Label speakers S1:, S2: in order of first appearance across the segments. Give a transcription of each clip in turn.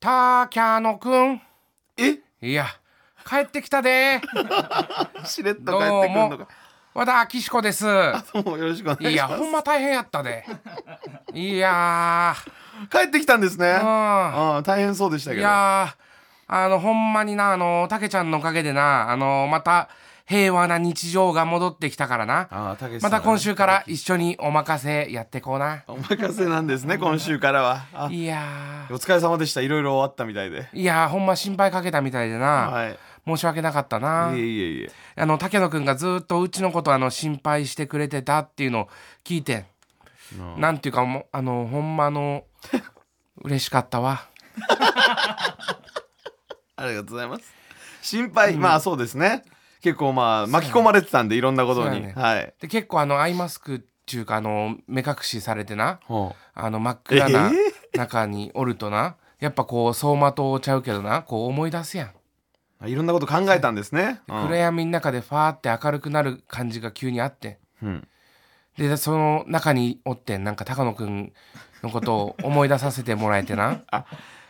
S1: たーきゃーのくん
S2: え
S1: いや帰ってきたで
S2: しれっと帰ってくるのか
S1: 和田アキシコです
S2: どうもよろしくお願いします
S1: いやほんま大変やったでいや
S2: 帰ってきたんですね
S1: ーうん
S2: ああ大変そうでした
S1: い
S2: けど
S1: やーあのほんまになあのたけちゃんのおかげでなあのまた平和な日常が戻ってきたからな
S2: ああたけし
S1: ま
S2: さんが
S1: た今週から一緒にお任せやってこうな
S2: お任せなんですね今週からはあ
S1: いや
S2: お疲れ様でしたいろいろ終わったみたいで
S1: ーいやーほんま心配かけたみたいでな
S2: はい
S1: 申し訳なかったない
S2: えいえいえ
S1: あの竹野くんがずっとうちのことあの心配してくれてたっていうのを聞いて、
S2: う
S1: なんていうかもうあのほんまあの嬉しかったわ
S2: ありがとうございます心配まあそうですね結構まあ巻き込まれてたんでいろんなこと
S1: そう
S2: に
S1: やね
S2: はい
S1: で結構あのアイマスクっていうかあの目隠しされてな
S2: ほ
S1: あの真っ暗な
S2: え
S1: 中におるとな、やっぱこう走馬灯ちゃうけどなこう思い出すやん、
S2: ういろんなこと考えたんですねうん
S1: 暗闇の中でファーって明るくなる感じが急にあって
S2: うん
S1: でその中におってんなんか高野くんのことを思い出させてもらえて な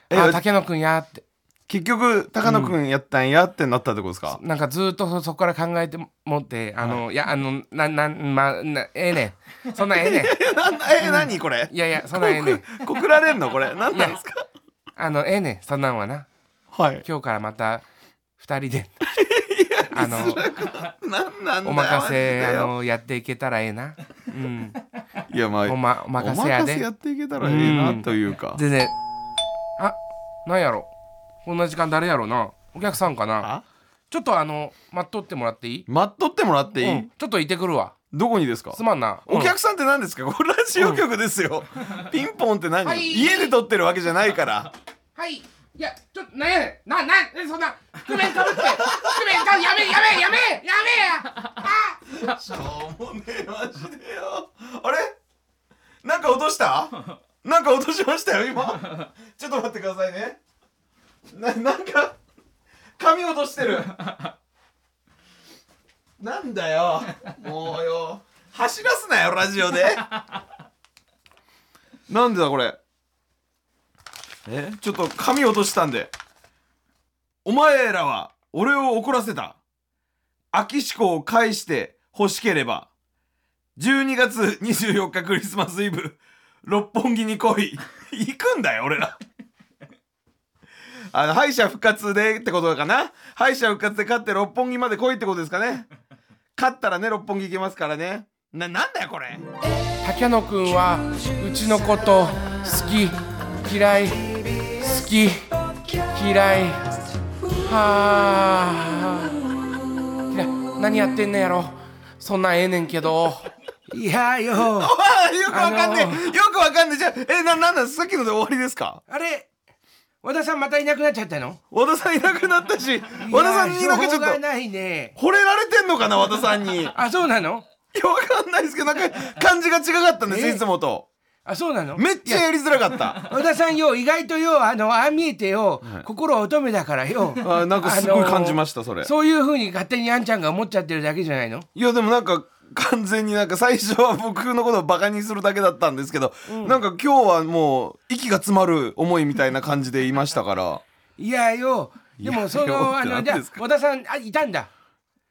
S2: え
S1: あ竹野くんやって
S2: 結局高野くんやったんやってなったってことですか
S1: なんかずっとそそこから考えてもってあの、い、やあのななんまあなええねんそんなんええねん
S2: なんだ え何これ
S1: いやい やそんなんええねん
S2: 告られんのこれ何なんですか
S1: あのええねんそんなんはな
S2: はい
S1: 今日からまた二 人であの
S2: 何なんだよ
S1: お任せ
S2: マ
S1: あ
S2: ジでよ
S1: のやっていけたらええなうん
S2: いやまあ
S1: お,、ま、お
S2: お任
S1: 任
S2: せ
S1: せ
S2: や
S1: やで
S2: っていけたらええ
S1: う
S2: なんというか
S1: でねあなんやろこんな時間誰やろなお客さんかな
S2: あ
S1: ちょっとあの待っとってもらっていい
S2: 待っとってもらっていい、
S1: うんちょっといてくるわ
S2: どこにですか
S1: すまんな
S2: お
S1: うん
S2: 客さんって何ですかこれラジオ局ですよ、ピンポンって何、
S1: はい
S2: 家で撮ってるわけじゃないから
S1: はい。いや、ちょっと、なんやねん。な、な、えそんな、覆面かぶって、覆面かぶやめ、やめ、やめ、やめや。あ
S2: しょうもねえマジでよあれなんか落としたなんか落としましたよ今ちょっと待ってくださいねななんか髪落としてるなんだよもうよ走らすなよラジオでなんでだこれえちょっと髪落としたんでお前らは俺を怒らせたアキシコを返して欲しければ、12月24日クリスマスイブ、六本木に来い。 行くんだよ、俺ら。 あの、敗者復活でってことかな敗者復活で勝って六本木まで来いってことですかね勝ったらね、六本木行けますからね。な、なんだよ、これ。
S1: 竹野くんは、うちのこと、好き、嫌い、好き、嫌い、はー嫌い、何やってんねやろ。そんなんええねんけど。いやよ。
S2: あーよくわかんねえ、
S1: あのー
S2: よくわかんねえ。じゃあ、え、な、なんだ、さっきので終わりですか
S1: あれ、和田さんまたいなくなっちゃったの
S2: 和田さんいなくなったし、和田さんになんかちょ
S1: いや
S2: っと
S1: しょうが、ないね。
S2: 惚れられてんのかな、和田さんに。
S1: あ、そうなの
S2: いや、わかんないですけど、なんか、感じが違かったんです、
S1: え
S2: いつもと。
S1: あ、そうなの
S2: めっちゃやりづらかった。
S1: 小田さんよ意外とよあのああ見えてよ、心乙女だからよ
S2: あなんかすごい感じました、
S1: あのー
S2: それ。
S1: そういうふうに勝手にあんちゃんが思っちゃってるだけじゃないの
S2: いや、でもなんか、完全になんか最初は僕のことをバカにするだけだったんですけど、なんか今日はもう、息が詰まる思いみたいな感じでいましたから、
S1: いやよでもそ
S2: いやよ
S1: のあ
S2: って
S1: の
S2: 何
S1: じゃあ
S2: ですか
S1: 小田さんあいたんだ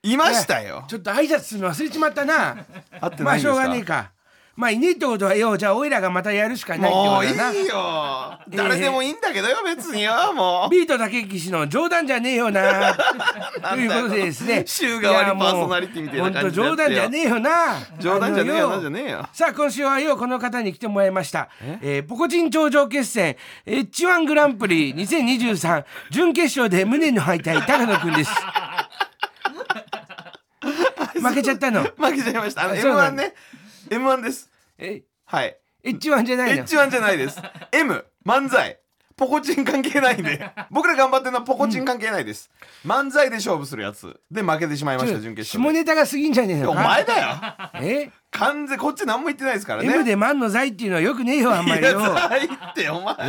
S2: いましたよ。
S1: ちょっと挨拶するの忘れちまったな
S2: 会って
S1: まあ
S2: ないんです
S1: し
S2: か
S1: ょうがねえかまあいねえってことはよじゃあおいらがまたやるしかないって
S2: も
S1: こ
S2: う
S1: とだない
S2: いよ。誰でもいいんだけどよ、別によ、もう。
S1: ビートたけきしの冗談じゃねえよ なということでですね
S2: 週替わりパーソナリティみたい
S1: いや
S2: な感じでや
S1: もうほんと冗
S2: ってよ
S1: 談じゃねえよな
S2: 冗談じゃねえよ、
S1: あの
S2: なんじゃねえよ。
S1: さあ今週はようこの方に来てもらいましたえ、ーポコチン頂上決戦 H1 グランプリ2023準決勝で無念の敗退高野くんです 負けちゃったの
S2: 負けちゃいました。あの、
S1: あそうな
S2: M1
S1: んだ
S2: ね。M1 です。
S1: え
S2: はい。
S1: H1 じゃないの
S2: H1 じゃな いです。M、漫才。ポコチン関係ない んで。僕ら頑張ってるのはポコチン関係ないです。漫才で勝負するやつ。で、負けてしまいました、準決
S1: 下
S2: 勝で。
S1: ネタが過ぎんじゃねえの
S2: お
S1: か
S2: 前だよ。
S1: え
S2: 完全、こっち何も言ってないですからね。
S1: M で万の財っていうのはよくねえよあん
S2: い
S1: まりよ
S2: や、財って、お前。
S1: え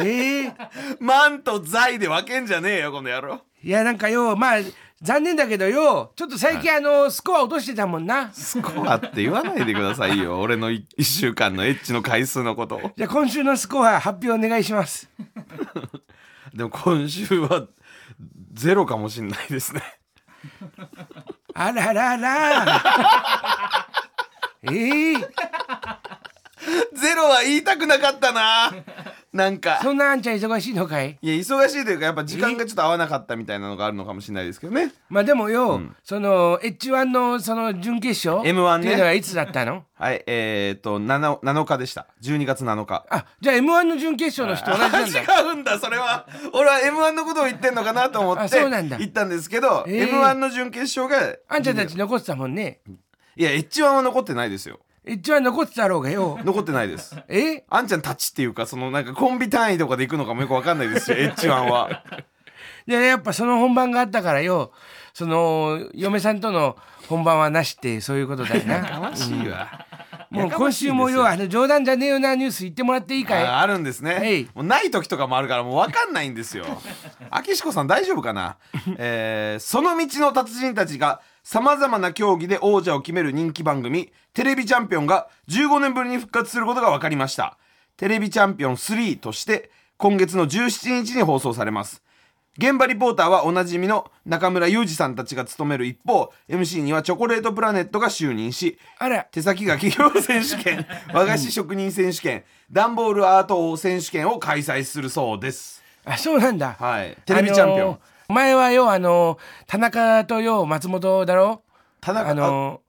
S1: ー
S2: マンと財で分けんじゃねえよ、この野郎。
S1: いやなんかよまあ残念だけどよちょっと最近あのスコア落としてたもんな
S2: スコアって言わないでくださいよ。俺のい一週間のエッチの回数のことを。
S1: じゃあ今週のスコア発表お願いします
S2: でも今週はゼロかもしれない ですね。
S1: あらら ら。ええ
S2: ゼロは言いたくなかったな。なんか。
S1: そんなあんちゃん忙しいのかい
S2: いや忙しいというかやっぱ時間がちょっと合わなかったみたいなのがあるのかもしれないですけどね。
S1: まあでもよ、その H1 のその準決勝
S2: M1 ね
S1: っていうのはいつだった の
S2: はい、えー、っと 7, 7日でした。12月7日。
S1: あじゃあ M1 の準決勝の人同じなんだ
S2: 違うんだそれは俺は m 1のことを言ってんのかなと 思
S1: あ
S2: って
S1: そうなんだ
S2: 言ったんですけど、
S1: ええ
S2: m 1の準決勝が
S1: あんちゃんたち残ってたもんね
S2: いや H1 は残ってないですよ
S1: H1 残ってたろうがよ
S2: 残ってないです
S1: え
S2: あんちゃんたちっていうかそのなんかコンビ単位とかで行くのかもよくわかんない ですよ H1 は
S1: でやっぱその本番があったからよその嫁さんとの本番はなしってそういうことだよ
S2: や
S1: な
S2: ましいわ、
S1: もう今週もよあの冗談じゃねえよなニュース言ってもらっていいかい
S2: ああるんですね、
S1: はい
S2: もうない時とかもあるからもうわかんない んですよあきしこさん大丈夫かな、えーその道の達人たちがさまざまな競技で王者を決める人気番組「テレビチャンピオン」が15年ぶりに復活することが分かりましたテレビチャンピオン3として今月の17日に放送されます現場リポーターはおなじみの中村裕二さんたちが務める一方 MC にはチョコレートプラネットが就任し
S1: あら
S2: 手先が企業選手 権和菓子職人選手権段ボールアート王選手権を開催するそうです
S1: あそうなんだ、
S2: はいテレビチャンピオン、
S1: あのー前はよあのー田中とよ松本だろ
S2: 田中、
S1: あの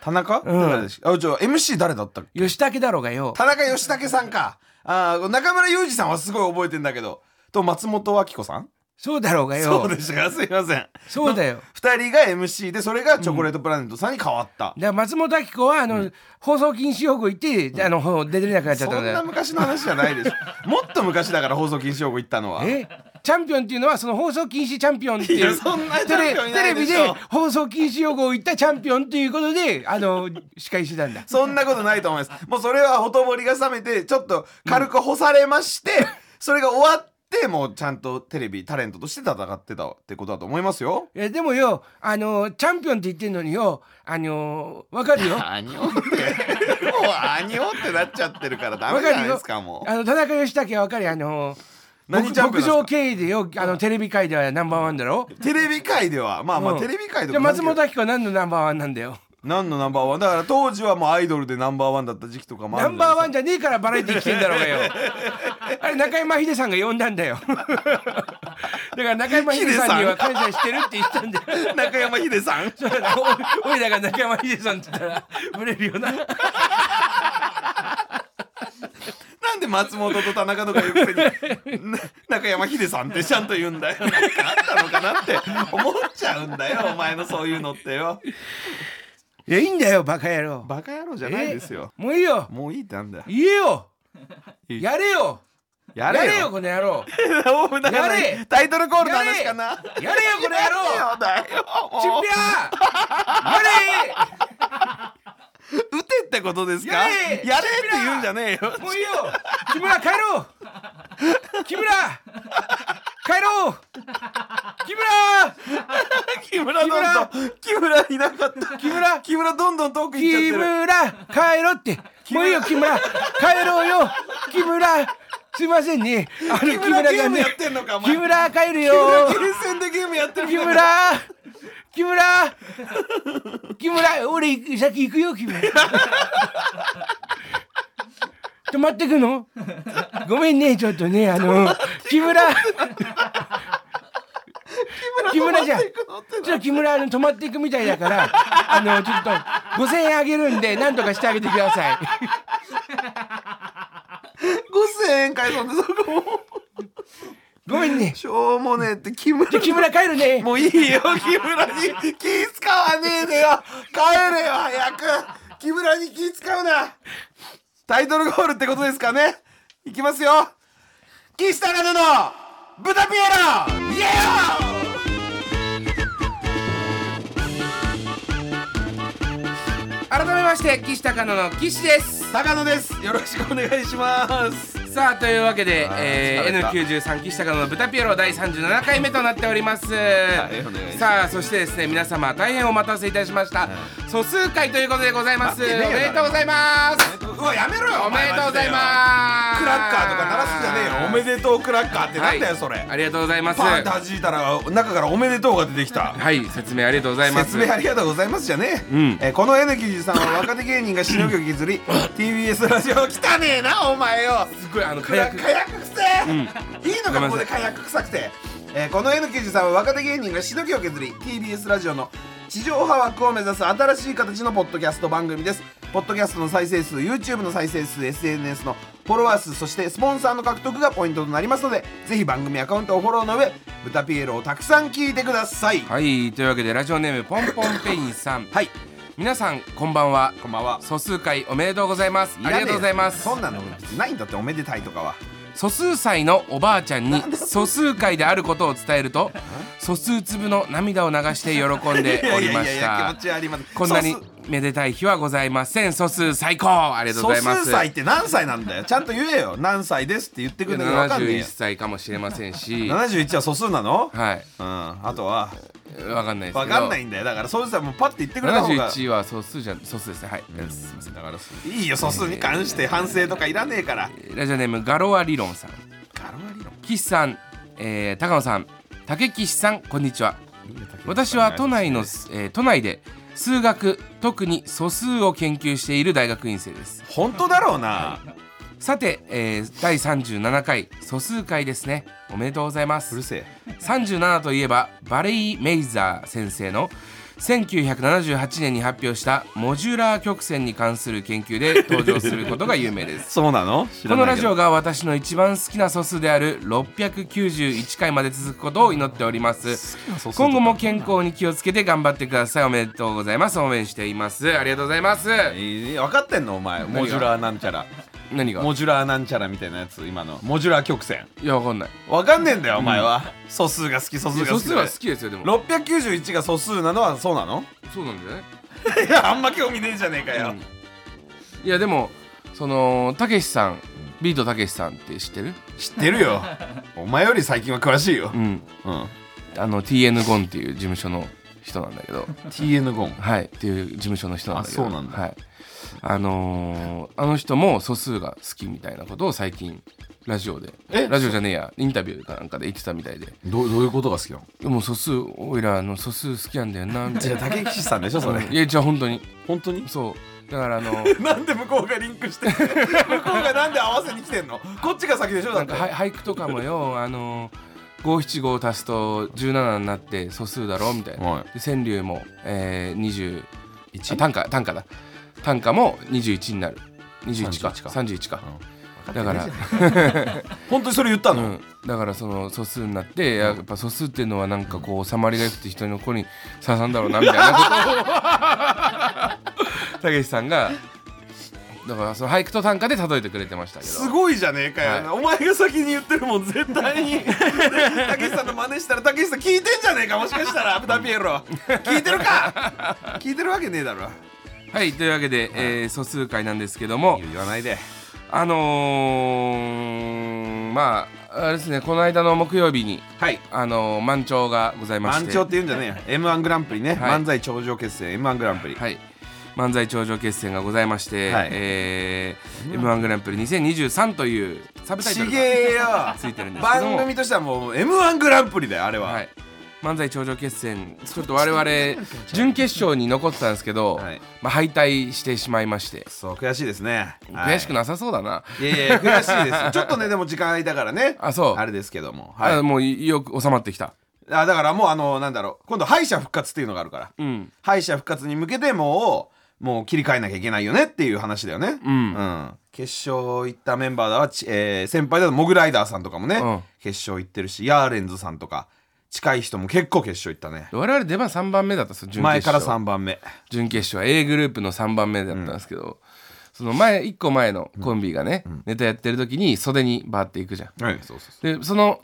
S2: あ田中、誰でしたあちょ MC 誰だったっけ
S1: ー吉武だろうがよ
S2: 田中義武さんかあー中村裕二さんはすごい覚えてんだけどと松本明子さん
S1: そうだろうがよ
S2: そうでしたかすいません
S1: そうだよ
S2: 2人が MC でそれがチョコレートプラネットさんに変わった、
S1: だから松本明子はあの、放送禁止用語言って、あの出てなくなっちゃっ
S2: そ
S1: たん
S2: ん
S1: だ
S2: な
S1: よ。
S2: 昔の話じゃないでしょもっと昔だから放送禁止用語言ったのは
S1: えチャンピオンっていうのはその放送禁止チャンピオンって
S2: い
S1: い
S2: や
S1: う
S2: そんなチ
S1: テ
S2: ャン
S1: レ
S2: ピオンい
S1: テ
S2: な
S1: レ
S2: いで
S1: ビ
S2: し
S1: で
S2: ょ
S1: 放送禁止用語を言ったチャンピオンっていうことであの司会してたんだ。
S2: そんなことないと思います。もうそれはほとぼりが冷めて、ちょっと軽く干されまして、それが終わって、もうちゃんとテレビ、タレントとして戦ってたってことだと思いますよ。
S1: いやでもよあのチャンピオンって言ってんのによあのわかるよ。
S2: アニオって、もうアニオってなっちゃってるからダ
S1: わ
S2: メじゃ
S1: か
S2: ない
S1: る
S2: で
S1: よ
S2: すか、も。う。
S1: あの田中義武はわかるよあの
S2: 何チャンピオンなんで
S1: 牧
S2: すか
S1: 場経営でよあのテレビ界ではナンバーワンだろ。
S2: テレビ界では、まあまあ
S1: うん
S2: テレビ界で
S1: じゃあ
S2: もなん
S1: 松
S2: だけど、
S1: 本明子は何のナンバーワンなんだよ。
S2: 何のナンバーワンだから当時はもうアイドルでナンバーワンだった時期とかもあ
S1: ナ
S2: る
S1: ン
S2: んじゃ
S1: バー
S2: な
S1: ワ
S2: い
S1: ン
S2: で
S1: じゃねえからバラエティー来てんだろうが よ。あれ中山秀さんが呼んだんだよ。だから中山秀さんには感謝してるって言ったんだよ。
S2: すか中山秀さん
S1: そうだおおいらが中山秀さんって言ったらブレるよな。
S2: なんで松本と田中とかいうくせ にな中山秀さんってちゃんと言うんだよなんかあったのかなって思っちゃうんだよお前のそういうのってよ
S1: いやいいんだよバカ野郎。
S2: バカ野郎じゃないですよ
S1: もういいよ。
S2: もういいってなんだよ
S1: 言えよ。
S2: いい
S1: やれよ。
S2: や
S1: や
S2: れよ
S1: れよこの野郎。
S2: もうだから
S1: やれ
S2: タイトルコールの話かなや
S1: やれよこの野郎。
S2: れよだよ
S1: チ
S2: も
S1: ン
S2: う
S1: ピラ。やれ。
S2: 打てってことですか
S1: や
S2: や
S1: れ
S2: れって言うんじゃねえよ
S1: もういいよ木村帰ろう木村帰ろう木村
S2: 木村どんどん木村いなかった木
S1: 村
S2: 木村どんどん遠く行っちゃって
S1: 木
S2: る
S1: 村帰ろうってもういいよ木村帰ろうよ木村すいませんねあの木
S2: 木村ゲ
S1: が
S2: ーム
S1: ね
S2: やってんのかお前
S1: 木村帰るよ
S2: ゲーセンでゲームやってるみ
S1: 木
S2: たいな
S1: 村木村木村俺先行くよ木村泊まってくのごめんねちょっとねあの木村木村じゃんちょっと木村あの泊まっていくみたいだからあのちょっと5,000円あげるんで何とかしてあげてください
S2: 5000円返そうってそこも
S1: ごめんね
S2: しょうもねえって木村
S1: じゃ木村帰るね
S2: もういいよ木 村に気使わねえでよ帰れよ早く木村に気使うなタイトルゴールってことですかねいきますよ岸田奈々の豚ピエロイエ
S1: 改めまして岸高野の岸です
S2: ー高野ですよろしくお願いします
S1: さあというわけで、
S2: あー
S1: え
S2: 疲れ
S1: ー、
S2: た
S1: N93 岸高野の豚ピエロ第37回目となっております、
S2: いお願いします
S1: さあそしてですね皆様大変お待たせいたしました、素数回ということでございます、
S2: 待ってね
S1: お
S2: え
S1: め
S2: よ
S1: でとうございます
S2: う告はやめろよ
S1: おめでとうござい
S2: す
S1: ます
S2: クラッカーとか鳴らすんじゃねえよおめでとうクラッカーってなんだよそれ、
S1: はいありがとうございます
S2: パンって
S1: は
S2: 弾いたら中からおめでとうが出てきた
S1: い説明ありがとうございます
S2: 説明ありがとうございますじゃねえ、
S1: うん
S2: えーこのエネギーさんは若手芸人がしのぎを削り TBS ラジオ汚ねえなお前よ
S1: すごいあの
S2: 火
S1: 火
S2: 薬
S1: 薬
S2: 火薬くせえ、いいのかここで火薬臭くて、えーこの N93 は若手芸人がしのぎを削り TBS ラジオの地上波枠を目指す新しい形のポッドキャスト番組ですポッドキャストの再生数 YouTube の再生数 SNS のフォロワー数そしてスポンサーの獲得がポイントとなりますのでぜひ番組アカウントをフォローの上「ブタピエロ」をたくさん聞いてください
S1: はいというわけでラジオネームポンポンペインさん
S2: はい
S1: 皆さんこんばんは
S2: こんばんは
S1: 素数回おめでとうございますありがとうございます
S2: そんなのないんだっておめでたいとかは
S1: 素数歳のおばあちゃんに素数回であることを伝えると素数粒の涙を流して喜んでおりまし
S2: 気持
S1: た
S2: ちあります
S1: こんなに
S2: そうす
S1: めでたい日はございません素数最高ありがとうご
S2: 素
S1: ざいます
S2: 数歳って何歳なんだよちゃんと言えよ何歳ですって言ってくんだけど分かんねえ
S1: 71
S2: よ
S1: 歳かもしれませんしは
S2: 71は素数なのうん
S1: い
S2: あとは
S1: 分かんないですけ
S2: 分
S1: ど
S2: かんないんだよだからそうしたらもうパッて言ってくれた方が
S1: 71は素数じゃ素数ですねはいすいませんだから
S2: いいよ素数に関して反省とかいらねえから
S1: ラジオネームガロア理論さん
S2: ガロア理論
S1: 岸さん、えー、高野さん竹岸さんこんにちはい
S2: いよ竹内
S1: 私は
S2: さ
S1: 都
S2: ん
S1: 内の、えー都内で数学特に素数を研究している大学院生です
S2: 本当だろうな
S1: さて、えー、第37回素数回ですねおめでとうございま
S2: う
S1: す
S2: るせえ
S1: 37といえばバレイ・メイザー先生の1978年に発表したモジュラー曲線に関する研究で登場することが有名 です
S2: そうなの
S1: このラジオ
S2: が
S1: が私の一番好きな素数である691回まで続くことを祈っております今後も健康に気をつけて頑張ってくださいおめでとうございます応援していますありがとうございます
S2: 分かってんのお前
S1: が
S2: モジュラーなんちゃら
S1: 何が
S2: モジュラーなんちゃらみたいなやつ今のモジュラー曲線
S1: いやわかんない
S2: 分かんねえんだよお前は素数が好き素
S1: い
S2: 数
S1: や素
S2: が好き
S1: 数は好きですよでも
S2: 691が素数なのはそうなの
S1: そうなんじゃない
S2: いやあんま興味ねえじゃねえかよ、
S1: うんいやでもそのたけしさんビートたけしさんって知ってる
S2: 知ってるよお前より最近は詳しいよ
S1: う、ん
S2: うん、
S1: あの TN ゴンっていう事務所の人なんだけ ど
S2: TN ゴン
S1: はいっていう事務所の人なんだけど
S2: あそうなんだ
S1: はい、あのーあの人も素数が好きみたいなことを最近ラジオで
S2: え
S1: ラジオじゃねえやインタビューかなんかで言ってたみたいで
S2: どどういうことが好きなの
S1: でも素数おいらあの素数好きなんだよなみたい
S2: じゃあ竹岸さんでしょそれ
S1: ないやじゃあ本当に
S2: 本当に
S1: そうだからあ の
S2: なんで向こうがリンク してんの向こうがなんで合わせに来てんのこっちが先でしょだ
S1: な
S2: っ
S1: ん
S2: て
S1: かは俳句とかもよあの五七五足すと17になって素数だろみたいな、
S2: はい
S1: で川柳も、えー、21あ短歌短歌だ短歌も21になる21か
S2: 31か
S1: 31か
S2: うん
S1: だから
S2: 本当にそれ言った
S1: う
S2: の、
S1: ん、だからその素数になってやっぱ素数っていうのはなんかこう収まりがよくて人の子に刺さんだろうなみたい なことをたけしさんがだからその俳句と短歌で例えてくれてましたけど
S2: すごいじゃねえかよ、お前が先に言ってるもん絶対 にたけしさんの真似したらたけしさん聞いてんじゃねえかもしかしたらアブタピエロ聞いてるか聞いてるわけねえだろ
S1: はいというわけで、えー素数回なんですけども
S2: 言わないで
S1: あのー、まああれですねこの間の木曜日に
S2: はい
S1: あのー満潮がございまして
S2: 満潮って言うんじゃねえよ m 1グランプリね、
S1: はい
S2: 漫才頂上決戦 m 1グランプリ、
S1: はい、漫才頂上決戦がございまして、
S2: はい
S1: えー、m 1グランプリ2023というサブタイト
S2: ち
S1: ル
S2: げ
S1: が
S2: えよ
S1: ついてるんですけども
S2: 番組としてはもう m 1グランプリだよあれは、
S1: はい、漫才頂上決戦ちょっと我々準決勝に残ってたんですけど、
S2: はい
S1: まあ、敗退してしまいまして
S2: そう悔しいですね
S1: 悔しく
S2: な
S1: なさそうだな、
S2: いいやいや悔しいですちょっとねでも時間空いたからね
S1: あそう
S2: あれですけどもはい
S1: あもうよく収まってきた
S2: あだからもうあのなんだろう今度敗者復活っていうのがあるから、
S1: うん
S2: 敗者復活に向けてもうもう切り替えなきゃいけないよねっていう話だよね、
S1: ん
S2: 決勝行ったメンバーだはち、えー先輩だとモグライダーさんとかもね、
S1: うん
S2: 決勝行ってるしヤーレンズさんとか近い人も結構決勝行ったね
S1: 我々出番3番目だったんですよ準決勝
S2: 前から3番目
S1: 準決勝 A グループの3番目だったんですけど、その前1個前のコンビがね、ネタやってる時に袖にバーっていくじゃん
S2: はいそうそう
S1: でその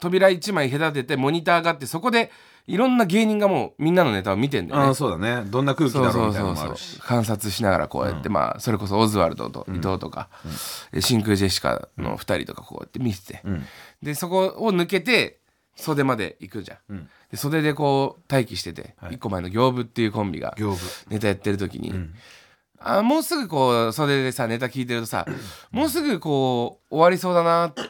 S1: 扉1枚隔ててモニターがあってそこでいろんな芸人がもうみんなのネタを見てんだよ
S2: あ
S1: ね
S2: あそうだねどんな空気
S1: そ
S2: だ
S1: う
S2: ろ
S1: そうう
S2: みたいな
S1: そ
S2: の
S1: う
S2: もあ
S1: そう
S2: るし
S1: 観察しながらこうやって、まあそれこそオズワルドと伊藤とか、え真空ジェシカの2人とかこうやって見てて、でそこを抜けて袖まで行くじゃん、で袖でこう待機してて、一1個前の行部っていうコンビが
S2: 行部
S1: ネタやってる時に、あもうすぐこう袖でさネタ聞いてるとさもうすぐこう終わりそうだなって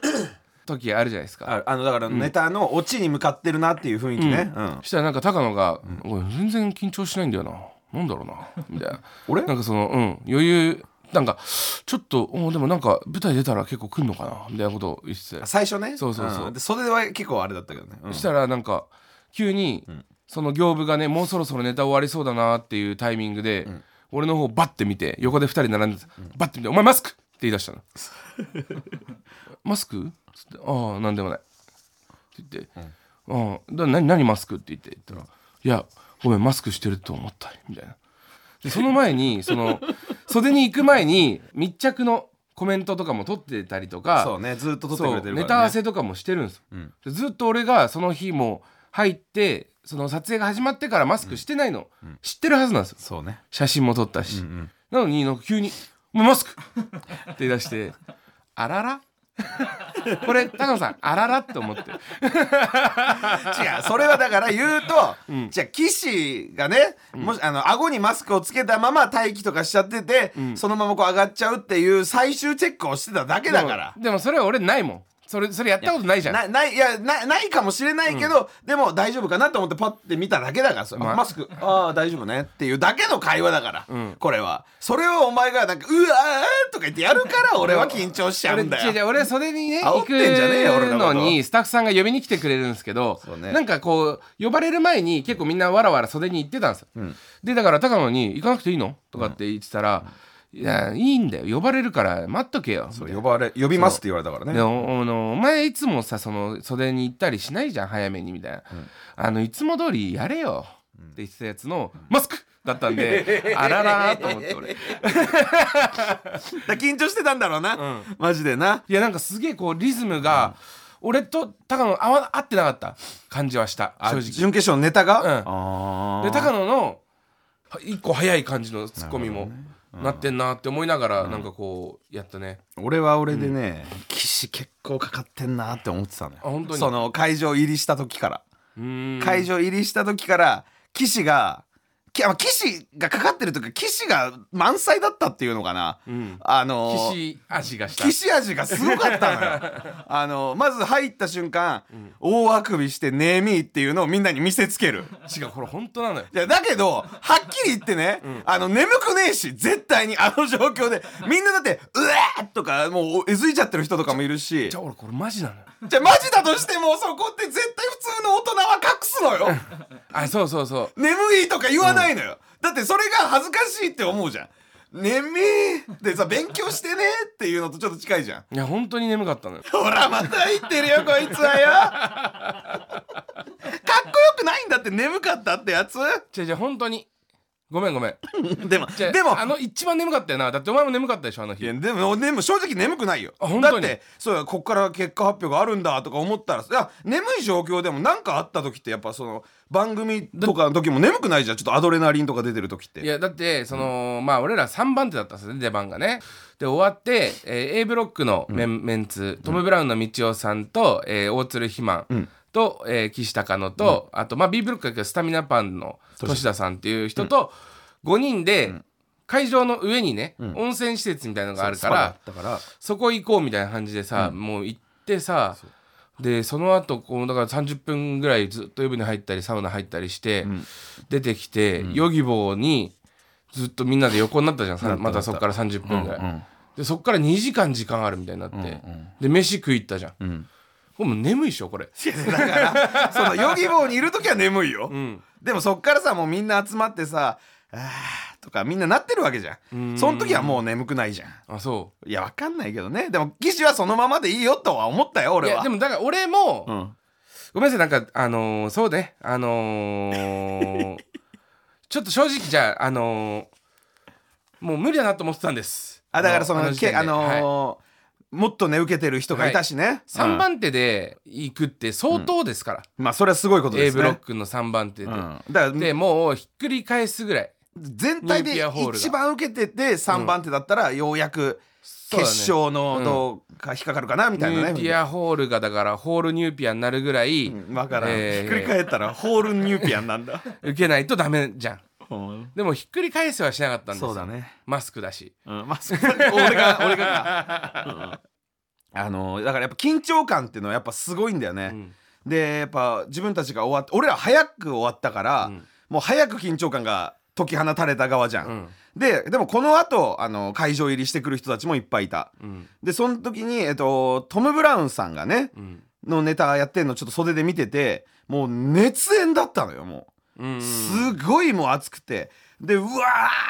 S1: 時あるじゃないですか
S2: ああのだからネタのオチに向かってるなっていう雰囲気ね、うん
S1: そしたらなんか高野が「おい全然緊張しないんだよななんだろうな」みたいな
S2: 俺
S1: なんかそのうん余裕なんかちょっとおでもなんか舞台出たら結構来んのかなみたいなことを言ってて
S2: 最初ね
S1: そうそうそうん
S2: で袖は結構あれだったけどね、うん
S1: そしたらなんか急にその行部がねもうそろそろネタ終わりそうだなっていうタイミングで、俺の方バッて見て横で2人並んでてバッて見て「お前マスク!」って言い出したの 「マスク?」つって「ああなんでもない」って言って「ああだ何何マスク?」って言って言ったら「いやごめんマスクしてると思った」みたいな。でその前にその袖に行く前に密着のコメントとかも撮ってたりと か
S2: そうねずっと撮って
S1: そ
S2: くれて
S1: う
S2: るから、ね、
S1: ネタ合わせとかもしてるんです、
S2: ん
S1: でずっと俺がその日も入ってその撮影が始まってからマスクしてないの、知ってるはずなんですよ
S2: そうね
S1: 写真も撮ったし、
S2: ん
S1: なのになんか急に「もうマスク!」 って言い出して「あら ら? 」これ高野さん「あらら?」って思って
S2: 違うそれはだから言うと、じゃあ岸がね、もしあの顎にマスクをつけたまま待機とかしちゃってて、そのままこう上がっちゃうっていう最終チェックをしてただけだから
S1: でもでもそれは俺ないもんそれそれやったことないじゃん
S2: なないいやなないかもしれないけど、でも大丈夫かなと思ってパッて見ただけだからそれ、
S1: まあ
S2: マスクああ大丈夫ねっていうだけの会話だから、これはそれをお前がなんか「うわー」とか言ってやるから俺は緊張しちゃうんだ
S1: 俺違う違
S2: よ
S1: う俺袖にね
S2: 煽
S1: 行
S2: っ
S1: く
S2: てんじゃねえよ俺のこと
S1: のにスタッフさんが呼びに来てくれるんですけど
S2: そう、ね
S1: なんかこう呼ばれる前に結構みんなわらわら袖に行ってたんですよ、でだから高野に「行かなくていいの?」とかって言ってたら「いやいいんだよ呼ばれるから待っとけよ」
S2: 呼ばれ呼びますって言われたから
S1: でおおのお前いつもさその袖に行ったりしないじゃん早めにみたいな、あのいつも通りやれよって言ってたやつの、マスクだったん であららーと思って俺
S2: だから緊張してたんだろうな、マジでない
S1: やなんかすげえこうリズムが、俺と高野合わ合ってなかった感じはした正直
S2: 準決勝のネタが、
S1: うん
S2: あ
S1: で高野のは一個早い感じのツッコミもなってんなって思いながら、なんかこうやったね
S2: ー俺は俺でね、岸結構かかってんなって思ってたのよ
S1: あ本当に
S2: その会場入りした時から、
S1: うーん
S2: 会場入りした時から岸がきあ岸がかかってるというか岸が満載だったっていうのかな、
S1: ん
S2: あのー
S1: 岸足がした
S2: 岸味がすごかったの よあのまず入った瞬間、大あくびして「ネーミー」っていうのをみんなに見せつける
S1: 違うこれ本当なのよ
S2: いやだけどはっきり言ってね、あの眠くねえし絶対にあの状況でみんなだって「うわー!」とかもうえずいちゃってる人とかもいるし
S1: じゃあ俺これマジなのよ
S2: じゃあマジだとしてもそこって絶対普通の大人は隠すのよ
S1: あそうそうそう
S2: 眠いとか言わないのよ、だってそれが恥ずかしいって思うじゃん「眠い」でさ勉強してねっていうのとちょっと近いじゃん
S1: いや本当に眠かったのよ
S2: ほらまた言ってるよこいつ はよかっこよくないんだって眠かったってやつ
S1: じゃじゃ本当にごめんごめん
S2: でも
S1: じゃ
S2: でも
S1: あの一番眠かったよなだってお前も眠かったでしょあの
S2: い
S1: 日
S2: やでもでも正直眠くないよ
S1: あ本
S2: だ
S1: 当
S2: っ
S1: に
S2: てそうやこっから結果発表があるんだとか思ったらいや眠い状況でも何かあった時ってやっぱその番組とかの時も眠くないじゃんちょっとアドレナリンとか出てる時って
S1: いやだってその、まあ俺ら3番手だったんですよね出番がねで終わって、えー A ブロックのメン,、メンツトム・ブラウンの道夫さんと、えー大鶴ひまんと、えー岸高野と、あと、まあ、B ブロックだけどスタミナパンの年田さんっていう人と5人で、会場の上にね、温泉施設みたいなのがあるから
S2: だから
S1: そこ行こうみたいな感じでさ、もう行ってさでその後こうだから30分ぐらいずっと湯船入ったりサウナ入ったりして、出てきて、ヨギボーにずっとみんなで横になったじゃんさまたそっから30分ぐらい、でそっから2時間時間あるみたいになって、で飯食い行ったじゃん、これもう眠いっしょこれ
S2: だから そのヨギボーにいる時は眠いよ、でもそっからさもうみんな集まってさ「あー」とかみんななってるわけじゃんその時はもう眠くないじゃん
S1: あそ
S2: いやわかんないけどねでも岸はそのままでいいよとは思ったよ
S1: うい
S2: 俺
S1: や
S2: は
S1: でもだから俺も、
S2: うん
S1: ごめんなさいなんかあのーそうねあのー ちょっと正直じゃああのーもう無理だなと思ってたんです
S2: あだからその
S1: 時点
S2: け
S1: で
S2: あの
S1: はい
S2: ーもっとね受けてる人がいたしね、
S1: 3
S2: うん
S1: 番手で行くって相当ですから、
S2: まあそれはすごいことで
S1: A
S2: す
S1: ブ
S2: ね
S1: ロックの3番手で、
S2: うん、だから
S1: でもうひっくり返すぐらい
S2: 全体で
S1: ニューピアホールが
S2: 一番受けてて3番手だったらようやく決勝のどうか引っかかるかなみ
S1: ニ
S2: たい
S1: ュ
S2: な
S1: ーピ
S2: ね
S1: アホールがだからホールニューピアになるぐらい、
S2: うんわからん、
S1: えー
S2: ひっくり返ったらホールニューピアンなんだ
S1: 受けないとダメじゃん
S2: うん
S1: でもひっくり返せはしなかったんですよ
S2: そうだね。
S1: マスクだし
S2: うん、まあ、そう俺が、俺がか。 うんあのだからやっぱ緊張感っていうのはやっぱすごいんだよ
S1: う
S2: ね、
S1: ん
S2: でやっぱ自分たちが終わって俺ら早く終わったから、
S1: うん
S2: もう早く緊張感が解き放たれた側じゃん、
S1: うん
S2: ででもこの後あの会場入りしてくる人たちもいっぱいいた
S1: うん
S2: でその時に、えっと、トム・ブラウンさんがね
S1: うん
S2: のネタやってんのちょっと袖で見ててもう熱演だったのよも
S1: うん
S2: うすごいもう熱くてでうわ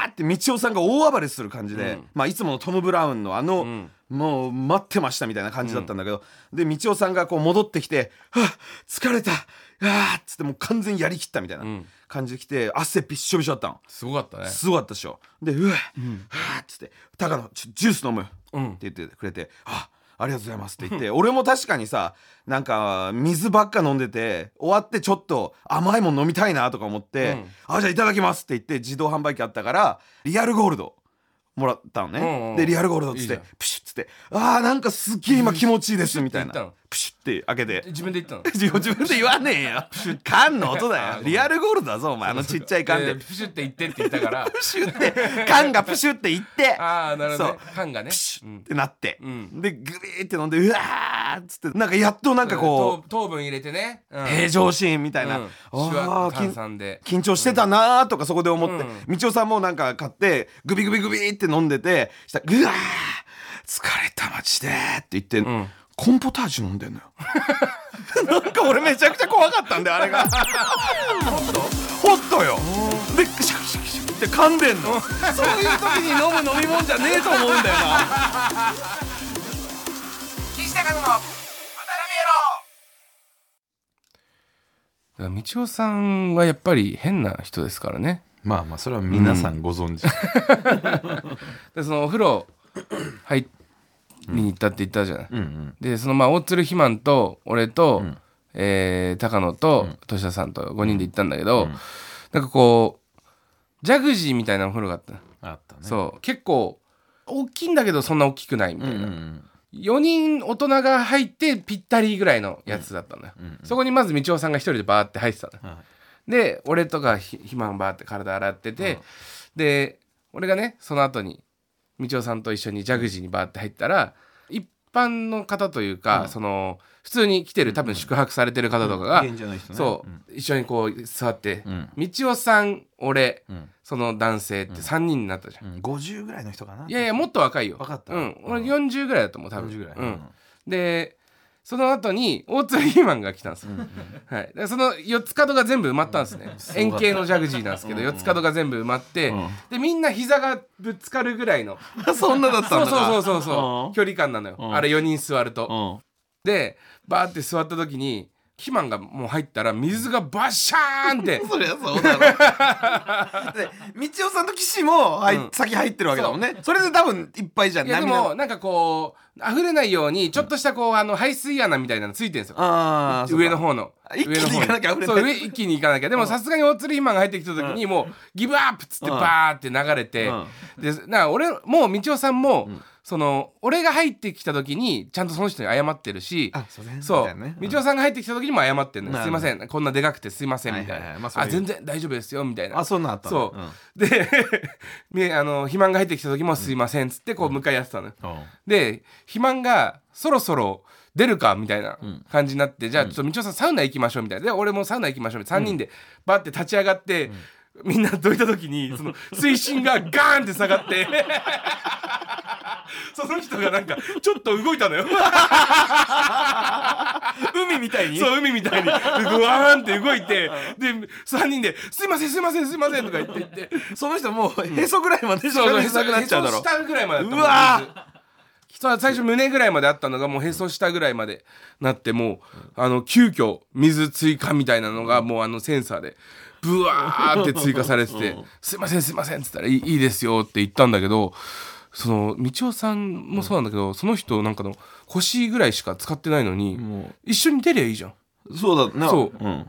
S2: ーって道夫さんが大暴れする感じで、
S1: うん
S2: まあ、いつものトム・ブラウンのあの、
S1: うん
S2: もう待ってましたみたいな感じだったんだけど、で道夫さんがこう戻ってきて「はあ疲れたあーっつってもう完全にやりきったみたいな
S1: うん
S2: 感じで来て汗びっしょびしょだったの。
S1: すごかったね
S2: すごかったでしょでうわ、はあっつって「高野ちょジュース飲む」
S1: うん
S2: って言ってくれて「あありがとうございます」って言っ て俺も確かにさなんか水ばっか飲んでて終わってちょっと甘いもん飲みたいなとか思って「あじゃあいただきます」って言って自動販売機あったからリアルゴールドもらったのね、
S1: うんうん
S2: でリアルゴールドっつ
S1: いい
S2: っ
S1: じ
S2: て
S1: ゃん
S2: プシュッつって「あーなんかすっげえ今気持ちいいです」みたい
S1: プシュッ
S2: な
S1: て
S2: プシュッて開けて
S1: 自分で言ったの
S2: 自分で言わねえよ缶の音だ
S1: あ
S2: よ
S1: ごめん
S2: リアルゴールドだぞお前あのちっちゃい缶で
S1: えープシュって言ってって言ったから
S2: プシュって缶がプシュっていって
S1: ああなるほどね
S2: そ
S1: 缶がね
S2: プシ
S1: う
S2: ュっ
S1: ん
S2: てなって、
S1: うん
S2: でグリーって飲んでうわーっつってなんかやっとなんかこ
S1: 糖糖分入れてね
S2: う
S1: うん
S2: 平常シーンみたいな、
S1: うんシュ
S2: あ
S1: ワ
S2: ー
S1: 炭
S2: 緊
S1: 酸で
S2: 緊張してたなーとかそこで思って、
S1: う
S2: 道夫さんもなんか買ってグビグビグビって飲んでてしたらうわー疲れたマジでーって言って、
S1: ん
S2: コンポタージュ飲んでんのよ なんか俺めちゃくちゃ怖かったんだよあれがホットよでシャキシャキシャキって噛んでんのそういう時に飲む飲み物じゃねえと思うんだよな
S3: 岸田和の渡辺エロ
S1: だから道夫さんはやっぱり変な人ですからね
S4: まあまあそれは皆さんご存知、
S1: でそのお風呂 入りに行ったって言ったじゃない、
S4: うんうん
S1: でそのまあ大鶴ひまんと俺と、
S4: ん
S1: えー高野と俊田さんと5人で行ったんだけど、なんかこうジャグジーみたいなお風呂があったの、
S4: あったね
S1: そう結構大きいんだけどそんな大きくないみたいな、
S4: うんうん
S1: 4人大人が入ってぴったりぐらいのやつだったのよ、そこにまず道夫さんが一人でバーって入ってたのよ、
S4: は
S1: で俺とかひひまんバーって体洗ってて、で俺がねその後に道夫さんと一緒にジャグジーにバーって入ったら一般の方というか、その普通に来てる多分宿泊されてる方とかが、
S4: 現地の人ね
S1: そう、
S4: ん
S1: 一緒にこう座って、
S4: うん
S1: 道夫さん俺
S4: うん
S1: その男性って3人になったじゃん、
S4: うん、50ぐらいの人かない
S1: やいやもっと若いよ
S4: 若かった
S1: うん、俺40ぐらいだと思う多分
S4: 40ぐらい、
S1: うん、でその後に大津ヒーマンが来たんですよ、はい、でその4つ角が全部埋まったんですね、
S4: すごかった
S1: 円形のジャグジーなんですけど4つ角が全部埋まって、
S4: うん
S1: でみんな膝がぶつかるぐらいの
S2: そんなだったん
S1: そう
S2: だ
S1: そうそうそ
S2: う
S1: うそううん距離感なのよ、
S4: うん
S1: あれ4人座ると、
S4: うん
S1: でバーって座った時にヒマンがもう入ったら水がバッシャー ンって
S2: そりゃそうだろ で道夫さんと岸も、はい
S1: うん
S2: 先入ってるわけだもんねそれで多分いっぱいじゃん
S1: いやで
S2: 涙
S1: もなんかこう溢れないようにちょっとしたこう、あの排水穴みたいなのついてるんですよ
S2: あー
S1: 上の
S2: そうか
S1: 方の
S2: 一気に行かなきゃ
S1: 上の方に
S2: 溢れ
S1: そう
S2: な
S1: 上一気に行かなきゃでもさすがに大鶴ひまが入ってきた時にもうギブアップっつって
S2: うん
S1: バーって流れて、でなんか俺もう道夫さんも、その俺が入ってきた時にちゃんとその人に謝ってるし
S2: あそうね
S1: そ
S2: みた
S1: う、
S2: いなね
S1: 道夫さんが入ってきた時にも謝ってんのよす
S2: な
S1: い
S2: るほ
S1: ま
S2: ど
S1: せんこんなでかくてすいませんみたいな、
S4: はいはいはいまあそうい
S1: あ
S4: う
S1: 全然大丈夫ですよみたいな
S4: あそんなんあったの
S1: そう、で みあの肥満が入ってきた時もすいませんっつってこう向かい合ってたのよ、
S4: うんうん
S1: で肥満がそろそろ出るかみたいな感じになって、じゃあちょっと道夫さんサウナ行きましょうみたいなで俺もサウナ行きましょうみたいな3人でバッて立ち上がって、みんなどいた時にその水深がガーンって下がって その人がなんかちょっと動いたのよ
S2: 海みたいに
S1: そう海みたいにグワーンって動いてで3人で「すいませんすいませんすいません」とか言って言って
S2: その人もうへそぐらいまでしか
S1: そうそう
S2: へそくなっちゃうだろ
S1: へそ下ぐらいまでだった
S2: うわー
S1: そう最初胸ぐらいまであったのがもうへそ下ぐらいまでなってもう、あの急遽水追加みたいなのがもうあのセンサーでブワーって追加されてて「すいませんすいません」っつったらいい「いいですよ」って言ったんだけどその道夫さんもそうなんだけど、その人なんかの腰ぐらいしか使ってないのに、一緒に出りゃいいじゃん
S4: そうだな
S1: そう
S4: うん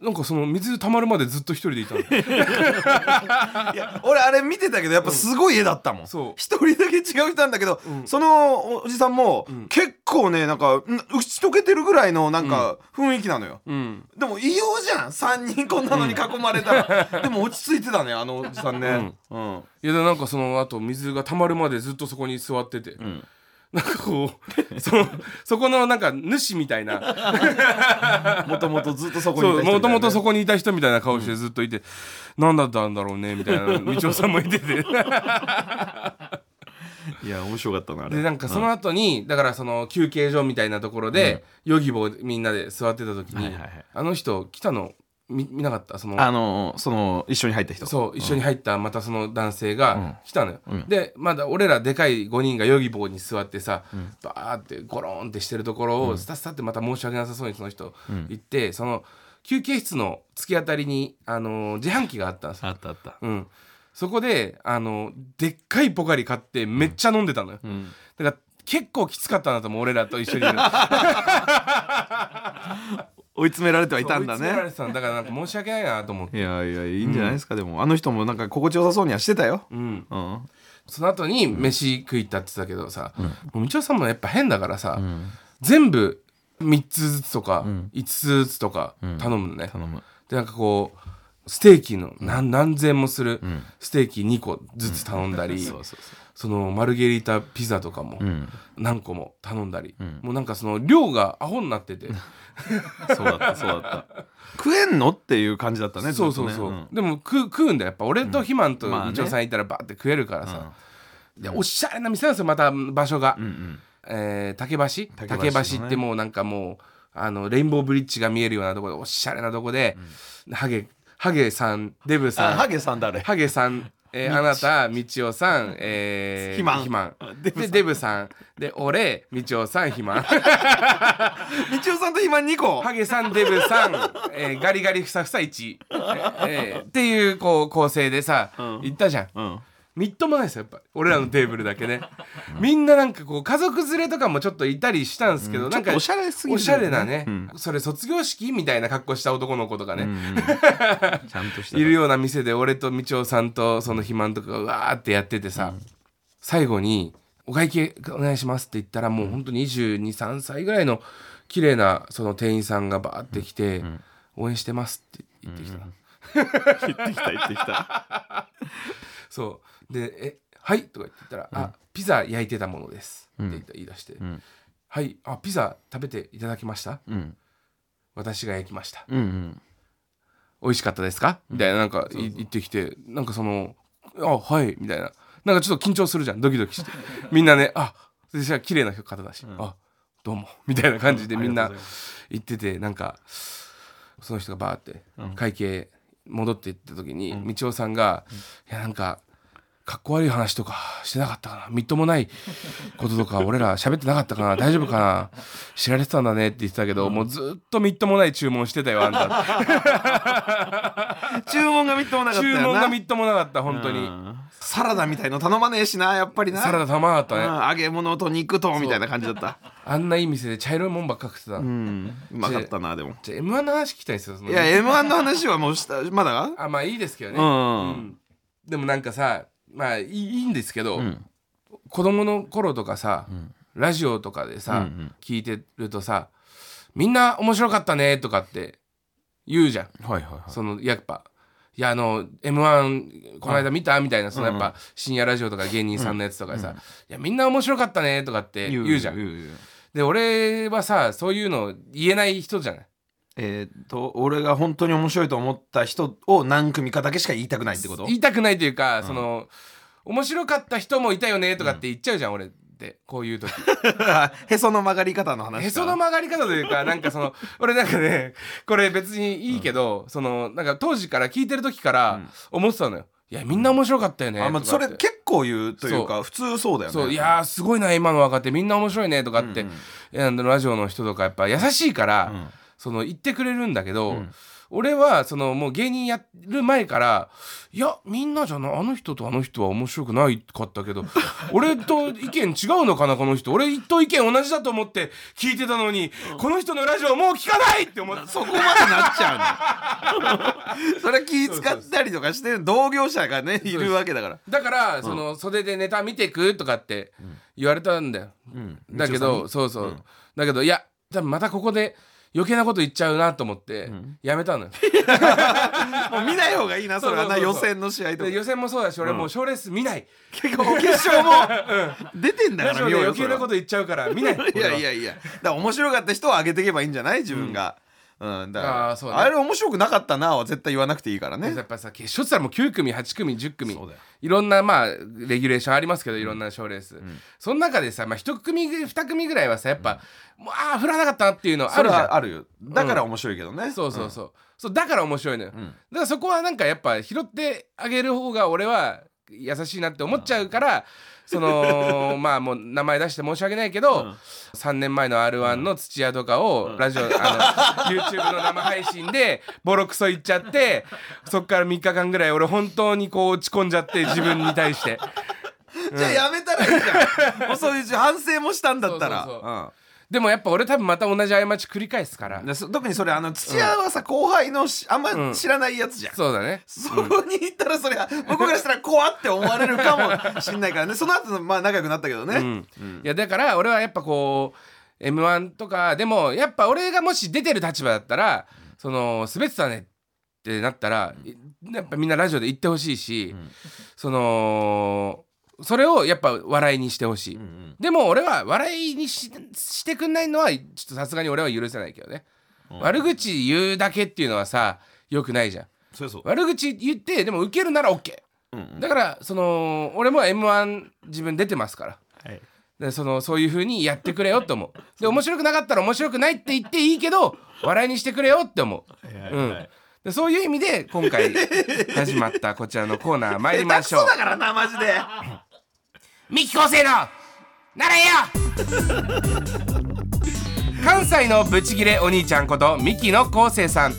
S1: なんかその水溜まるまでずっと一人でいたの
S2: いや俺あれ見てたけどやっぱすごい絵だったもん
S1: そう
S2: 一人だけ違う人なんだけど、
S1: うん
S2: そのおじさんも
S1: うん
S2: 結構ねなんかん打ち解けてるぐらいのなんか雰囲気なのよ、
S1: うん
S2: でも異様じゃん3人こんなのに囲まれたら、でも落ち着いてたねあのおじさんねうん、
S1: いやでなんかそのあと水が溜まるまでずっとそこに座ってて、
S2: ん
S1: なんかこう そのそこのなんか主みたい な
S2: もともとずっとそこにい
S1: そう
S2: た人みたいなね
S1: もともとそこにいた人みたいな顔してずっといて、なん、何だったんだろうねみたいな道夫さんもいてて
S4: いや面白かったなあ
S1: でなんかその後にだからその休憩所みたいなところで、ヨギボーみんなで座ってた時に、
S4: はいはいはい
S1: あの人来たの見見なかったその
S4: あのその一緒に入った人
S1: そう一緒に入ったまたその男性が来たのよ、
S4: うん
S1: でまだ俺らでかい5人がヨギボーに座ってさ、バーってゴローンってしてるところをスタスタってまた申し訳なさそうにその人行って、その休憩室の突き当たりに、あのー自販機があったんですよ
S4: あったあった
S1: うん、そこで、あのーでっかいポカリ買ってめっちゃ飲んでたのよ、だから結構きつかったなと思う俺らと一緒に いるの
S4: 追い詰められてはいたん
S1: 追い
S4: だ
S1: 詰めら
S4: ね
S1: れてたのだからなんか申し訳ないなと思って、
S4: いやいやいいんじゃないですか、でもあの人もなんか心地よさそうにはしてたよ
S1: うん、
S4: うん
S1: その後に飯食い行ったって言ってたけどさ、もうみちおさんもやっぱ変だからさ、
S4: ん
S1: 全部3つずつとか
S4: ん
S1: 5つずつとか
S4: ん
S1: 頼むのね、
S4: 頼む
S1: でなんかこうステーキの何,、何千もする
S4: ん
S1: ステーキ2個ずつ頼んだり、
S4: そうそう
S1: そのマルゲリータピザとかも
S4: そううん
S1: 何個も頼んだり、
S4: うん
S1: もうなんかその量がアホになってて、
S4: そうだったそうだった食えんのっていう感じだったねずっと
S1: そ
S4: ね
S1: うそうそう、
S4: ん
S1: でも食う食うんだよやっぱ俺と肥満と
S4: うんまあね
S1: みちおさんいたらバーって食えるからさ、でおしゃれな店なんですよまた場所が。
S4: うんうん
S1: えー竹橋
S4: 竹
S1: 竹
S4: 橋
S1: 橋,、ってもうなんかもうあのレインボーブリッジが見えるようなところでおしゃれなとこで、ハゲハゲさんデブさん
S4: あハゲさん誰
S1: ハゲさん、えーあなたみちおさん、えー、
S4: 肥満
S1: 肥満でデブさんで俺みちおさん肥満
S4: みちおさんと今2個
S1: ハゲさんデブさん、えーガリガリふさふさ1、えーえーっていうこう構成でさ、行ったじゃん。
S4: うん
S1: みっともないですよやっぱ俺らのテーブルだけねみんななんかこう家族連れとかもちょっといたりしたんですけど、なん
S4: ちょ
S1: か
S4: っとおしゃれすぎる
S1: おしゃれなね、
S4: うん
S1: それ卒業式みたいな格好した男の子とかね、
S4: ちゃんとした
S1: いるような店で俺とみちおさんとその肥満とかがうわーってやっててさ、最後に「お会計お願いします」って言ったらもうほんと223歳ぐらいの綺麗なその店員さんがバーって来て「応援してます」って言ってきた、
S4: 言ってきた言ってきた
S1: そうで「えはい」とか言ってたら「あピザ焼いてたものです」って言った言い出して「
S4: ん
S1: はいあピザ食べていただきました
S4: うん
S1: 私が焼きました
S4: うんうん
S1: 美味しかったですか?」みたいななんかい言ってきてなんかその「あはい」みたいななんかちょっと緊張するじゃんドキドキ してみんなね「あ私は綺麗な方だし、あどうも」みたいな感じでみんな言っててなんかその人がバーって会計戻っていった時に、みちおさんが「いやなんかかっこ悪い話とかしてなかったかなみっともないこととか俺ら喋ってなかったかな大丈夫かな知られてたんだね」って言ってたけど、もうずっとみっともない注文してたよあんた
S4: 注文がみっともなかったよ
S1: 注
S4: な
S1: 文がみっともなかった本当に
S4: うんサラダみたいの頼まねえしなやっぱりな
S1: サラダたまらなかったね
S4: うん揚げ物と肉とみたいな感じだった
S1: あんないい店で茶色いもんばっか食ってた
S4: う,、んうまかったなでも
S1: じゃあ M1 の話聞きたいんですよその
S4: いや m 1の話はもうしたまだ
S1: あまあいいですけどね、
S4: うん
S1: うんでもなんかさまあいいいいんですけど、
S4: ん
S1: 子供の頃とかさ、
S4: ん
S1: ラジオとかでさ、
S4: うんうん
S1: 聞いてるとさみんな面白かったねとかって言うじゃん
S4: はいはいは
S1: そのやっぱ「いやあの m 1この間見た?」みたいなそのやっぱ深夜ラジオとか芸人さんのやつとかでさ「いやみんな面白かったね」とかって言うじゃん。で俺はさそういうの言えない人じゃない
S4: えーっと俺が本当に面白いと思った人を何組かだけしか言いたくないってこと
S1: 言いたくないというか、その面白かった人もいたよねとかって言っちゃうじゃん、俺ってこういう 時
S4: へその曲がり方の話か
S1: へその曲がり方というかなんかその 俺なんかねこれ別にいいけど、そのなんか当時から聞いてる時から思ってたのよ。いやみんな面白かったよねと
S4: あ、
S1: か
S4: ま
S1: っ
S4: あ、
S1: て
S4: それ結構言うというか普通そうだよね
S1: そういやーすごいな今の若手みんな面白いねとかって、えーラジオの人とかやっぱ優しいから、その言ってくれるんだけど、俺はそのもう芸人やる前からいやみんなじゃないあの人とあの人は面白くないかったけど 俺と意見違うのかなこの人俺と意見同じだと思って聞いてたのに、この人のラジオもう聞かないって思って
S2: そこまでなっちゃ うのそれは気使ったりとかして同業者がねいるわけだから
S1: だからその袖でネタ見てくとかって言われたんだよ、
S4: うん
S1: だけどそうそう、だけどいや多分またここで余計なこと言っちゃうなと思って、やめた のよ
S2: もう見ない方がいいなそれはな
S1: そうそう
S2: 予
S1: そうそう
S2: 選の試合とか
S1: で予選もそうだし俺もう賞レース見ない、
S2: 結構決勝 も出てんだ
S1: ラジ
S2: から
S1: オで
S2: 見ようよ
S1: 余計なこと言っちゃうから見ない
S2: いやいやいやだから面白かった人を上げていけばいいんじゃない自分が、うんだから
S1: あ
S2: あ
S1: ーそうね
S2: れ面白くなかったなは絶対言わなくていいから
S1: で
S2: ね
S1: やっぱさ決勝って言ったらもう9組8組10組
S4: そうだよ
S1: いろんなまあレギュレーションありますけどいろんな賞レース、その中でさ、まあ、1組2組ぐらいはさやっぱ、もうああ振らなかったなっていうのあ
S4: それ
S1: るじゃん
S4: はあるよだから面白いけどね、
S1: そうそうそう,、そうだから面白いのよ、だからそこはなんかやっぱ拾ってあげる方が俺は優しいなって思っちゃうから、そ のまあもう名前出して申し訳ないけど、3年前の r 1の土屋とかをラジオ、あの YouTube の生配信でボロクソ言っちゃってそっから3日間ぐらい俺本当にこう落ち込んじゃって自分に対して。
S2: じゃあやめたらいいじゃんもうそういう反省もしたんだった
S1: そうそうそ
S2: ら
S1: でもやっぱ俺多分また同じ過ち繰り返すから
S4: う。んでそ特にそれあの
S2: 土
S4: 土
S2: 屋
S4: 屋、
S2: はさ後輩のしあん
S1: うん
S2: ま知らないやつじゃん、
S1: そうだね。
S2: そこに行ったらそれは僕からしたら怖って思われるかもしんないからねその後まあ仲良くなったけどね、
S1: いやだから俺はやっぱこう m 1とかでもやっぱ俺がもし出てる立場だったらその滑ってたねってなったらいやっぱみんなラジオで言ってほしいしそのそれをやっぱ笑いにしてほしい
S4: うんうん
S1: でも俺は笑いにししてくんないのはちょっとさすがに俺は許せないけどね悪口言うだけっていうのはさ良くないじゃん
S4: それそう
S1: 悪口言ってでも受けるなら OK、だからその俺も m 1自分出てますから
S4: はい
S1: でそのそういう風にやってくれよっ て思うで面白くなかったら面白くないって言っていいけど笑いにしてくれよって思う、うん、でそういう意味で今回始まったこちらのコーナー参りましょう
S2: そうだからなマジで
S1: 三木昴生のならえよ 関西のブチギレお兄ちゃんこと三木の昴生さん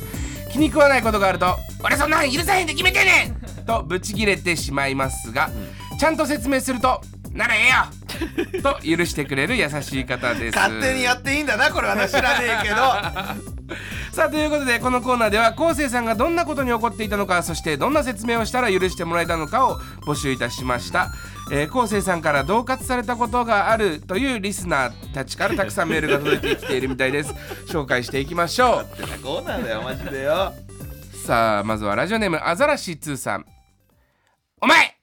S1: 気に食わないことがあると「俺そんなん許さへんって決めてんねん!」とブチギレてしまいますが、ちゃんと説明すると「ならええよ! 」と許してくれる優しい方です
S2: 勝手にやっていいんだなこれはな知らねえけ ど
S1: さあということでこのコーナーでは昴生さんがどんなことに起こっていたのかそしてどんな説明をしたら許してもらえたのかを募集いたしましたえー昴生、さんから恫喝されたことがあるというリスナーたちからたくさんメールが届いてきているみたいです紹介していきましょ
S2: ってなコーナーだよマジでよ
S1: うさあまずはラジオネームアザラシ2さんお前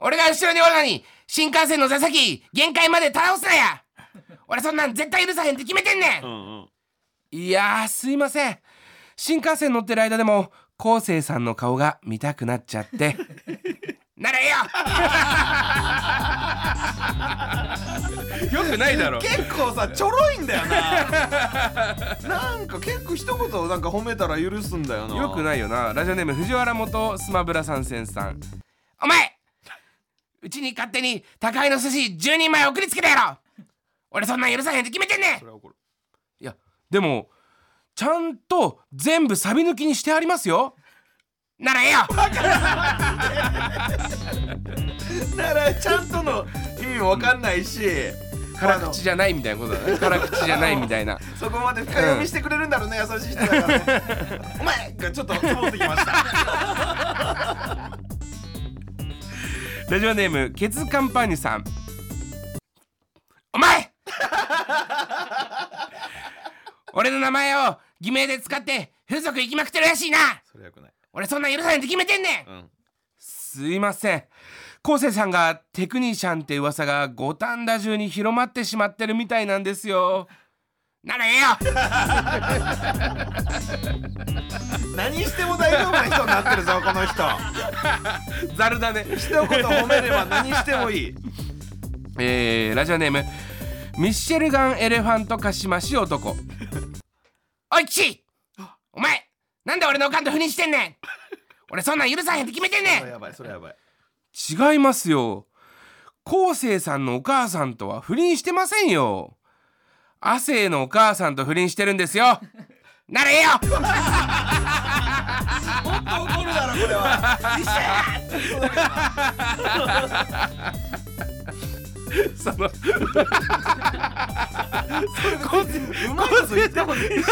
S1: 俺が後ろにおるのに新幹線の座席限界まで倒すなや俺そんなん絶対許さへんって決めてんねんいやーすいません新幹線乗ってる間でも昴生さんの顔が見たくなっちゃってならええよよくないだろ
S2: 結構さちょろいんだよななんか結構一言なんか褒めたら許すんだよな
S1: よくないよなラジオネーム藤原元スマブラ参戦さんお前うちに勝手に宅配の寿司10人前送りつけたやろ俺そんなん許さへんって決めてんねんいやでもちゃんと全部サビ抜きにしてありますよならええよ
S2: だからちゃんとの意味もわかんないし
S1: 辛口じゃないみたいなことだね辛口じゃないみたいな
S2: そこまで深読みしてくれるんだろうね、優しい人だからねお前がちょっと積もってきました
S1: ラジオネームケツカンパーニュさんお前俺の名前を偽名で使って風俗行きまくってるらしいな
S2: それよくない
S1: 俺そんなん許さないって決めてんねん、
S2: ん
S1: すいません昴生さんがテクニシャンって噂が五反田中に広まってしまってるみたいなんですよならええよ
S2: 何しても大丈夫な人になってるぞこの人
S1: ざるだね
S2: 一言褒めれば何してもいい
S1: えーラジオネームミッシェルガンエレファントカシマシ男 おいちお前なんで俺のおかんと不倫してんねん 俺そんなん許さへんって決めてんね
S2: ばいそれ やばい
S1: ん違いますよ昴生さんのお母さんとは不倫してませんよ亜生のお母さんと不倫してるんですよ なれよ
S5: 怒るだろこれは
S1: その
S5: うまいこと言ってもねえし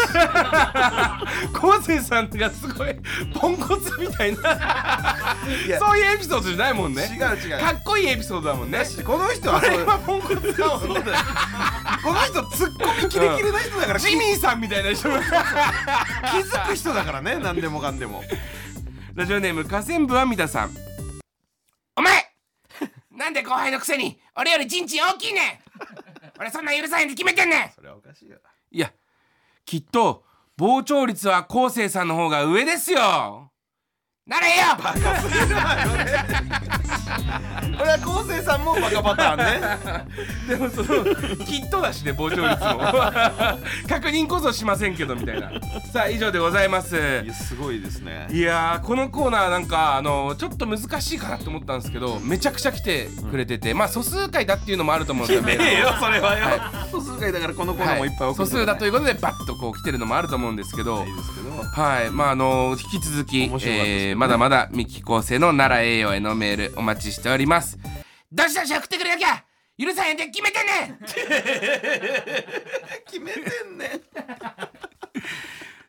S1: 昴生さんがすごいポンコツみたいな
S2: や
S1: そういうエピソードじゃないもんね
S5: 違う違う
S1: かっこいいエピソードだもんね
S2: この人は
S1: こ
S2: そう
S1: れはポンコツだもんね
S2: この人ツッコミキレキレな人だから、
S1: ジミーさんみたいな人
S2: 気づく人だからね何でもかんでも
S1: ラジオネーム河川部はみださんお前なんで後輩のくせに俺より陣地大きいねん俺そんな許さへんって決めてんねん
S2: それはおかしいよ
S1: いやきっと膨張率は昴生さんの方が上ですよなれよ
S5: これは昴生さんもバカパターンね
S1: でもそのきっとだしね膨張率も 確認こそしませんけどみたいなさあ以上でございます
S5: いやすごいですね
S1: いやーこのコーナーなんかあのちょっと難しいかなと思ったんですけどめちゃくちゃ来てくれてて、まあ素数回だ っていうのもあると思うんですよメール
S5: ええよそれはよ、
S2: 素数回だからこのコーナー
S1: は
S2: もいっぱい送
S1: 素
S2: る
S1: 数だと
S2: い
S1: いうことでバッとこう来てるのもあると思うんですけど
S2: いですけど
S1: はいまああの引き続き、
S2: 面白かったですね
S1: えーまだまだ三木昴生の奈良栄養へのメールお待ちしておりますどしどし送ってくれなきゃ許さへんって決めてね
S2: 決めてんね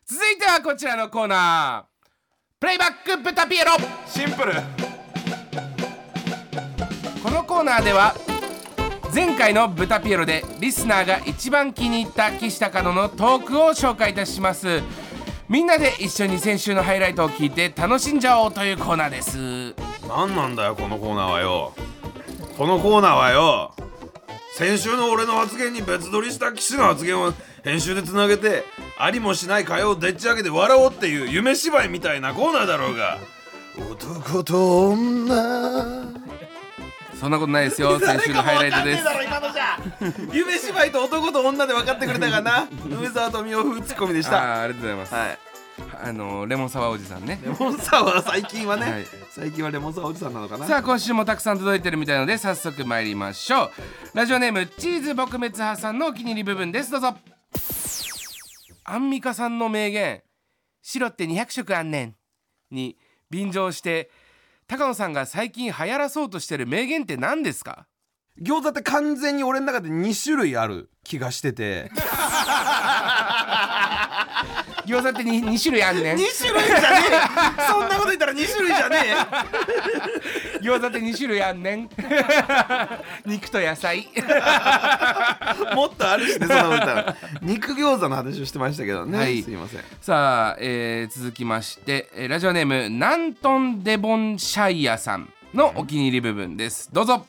S1: 続いてはこちらのコーナープレイバック豚ピエロ
S5: シンプル
S1: このコーナーでは前回の豚ピエロでリスナーが一番気に入った岸高野のトークを紹介いたしますみんなで一緒に先週のハイライトを聞いて楽しんじゃおうというコーナーです
S2: 何なんだよこのコーナーはよこのコーナーはよ先週の俺の発言に別撮りした岸の発言を編集でつなげてありもしない会話をでっち上げて笑おうっていう夢芝居みたいなコーナーだろうが男と女
S1: そんなことないですよ先週のハイライトです
S2: 夢芝居と男と女で分かってくれたかな梅沢富美男風ツッコミでし
S1: あ
S2: た
S1: ーありがとうござい
S2: はい
S1: ますあのレモンサワーおじさんね
S2: レモンサワー最近はね、
S1: はい
S2: 最近はレモンサワーおじさんなのかな
S1: さあ今週もたくさん届いてるみたいので早速参りましょうラジオネームチーズ撲滅派さんのお気に入り部分ですどうぞアンミカさんの名言「白って200色あんねん」に便乗して高野さんが最近流行らそうとしてる名言って何ですか
S2: 餃子って完全に俺の中で2種類ある気がしてて
S1: 餃子って 2, 種類あん ねん
S2: 2種類じゃねえそんなこと言ったら2種類じゃね
S1: 餃子って2種類あんねん 肉と野菜
S2: えもっとあるし ねそんなこと言ったら肉餃子の話をしてましたけどね、
S1: はい
S2: すいません
S1: さあ、えー続きまして、えーラジオネームナントン・デボンシャイアさんのお気に入り部分ですどうぞ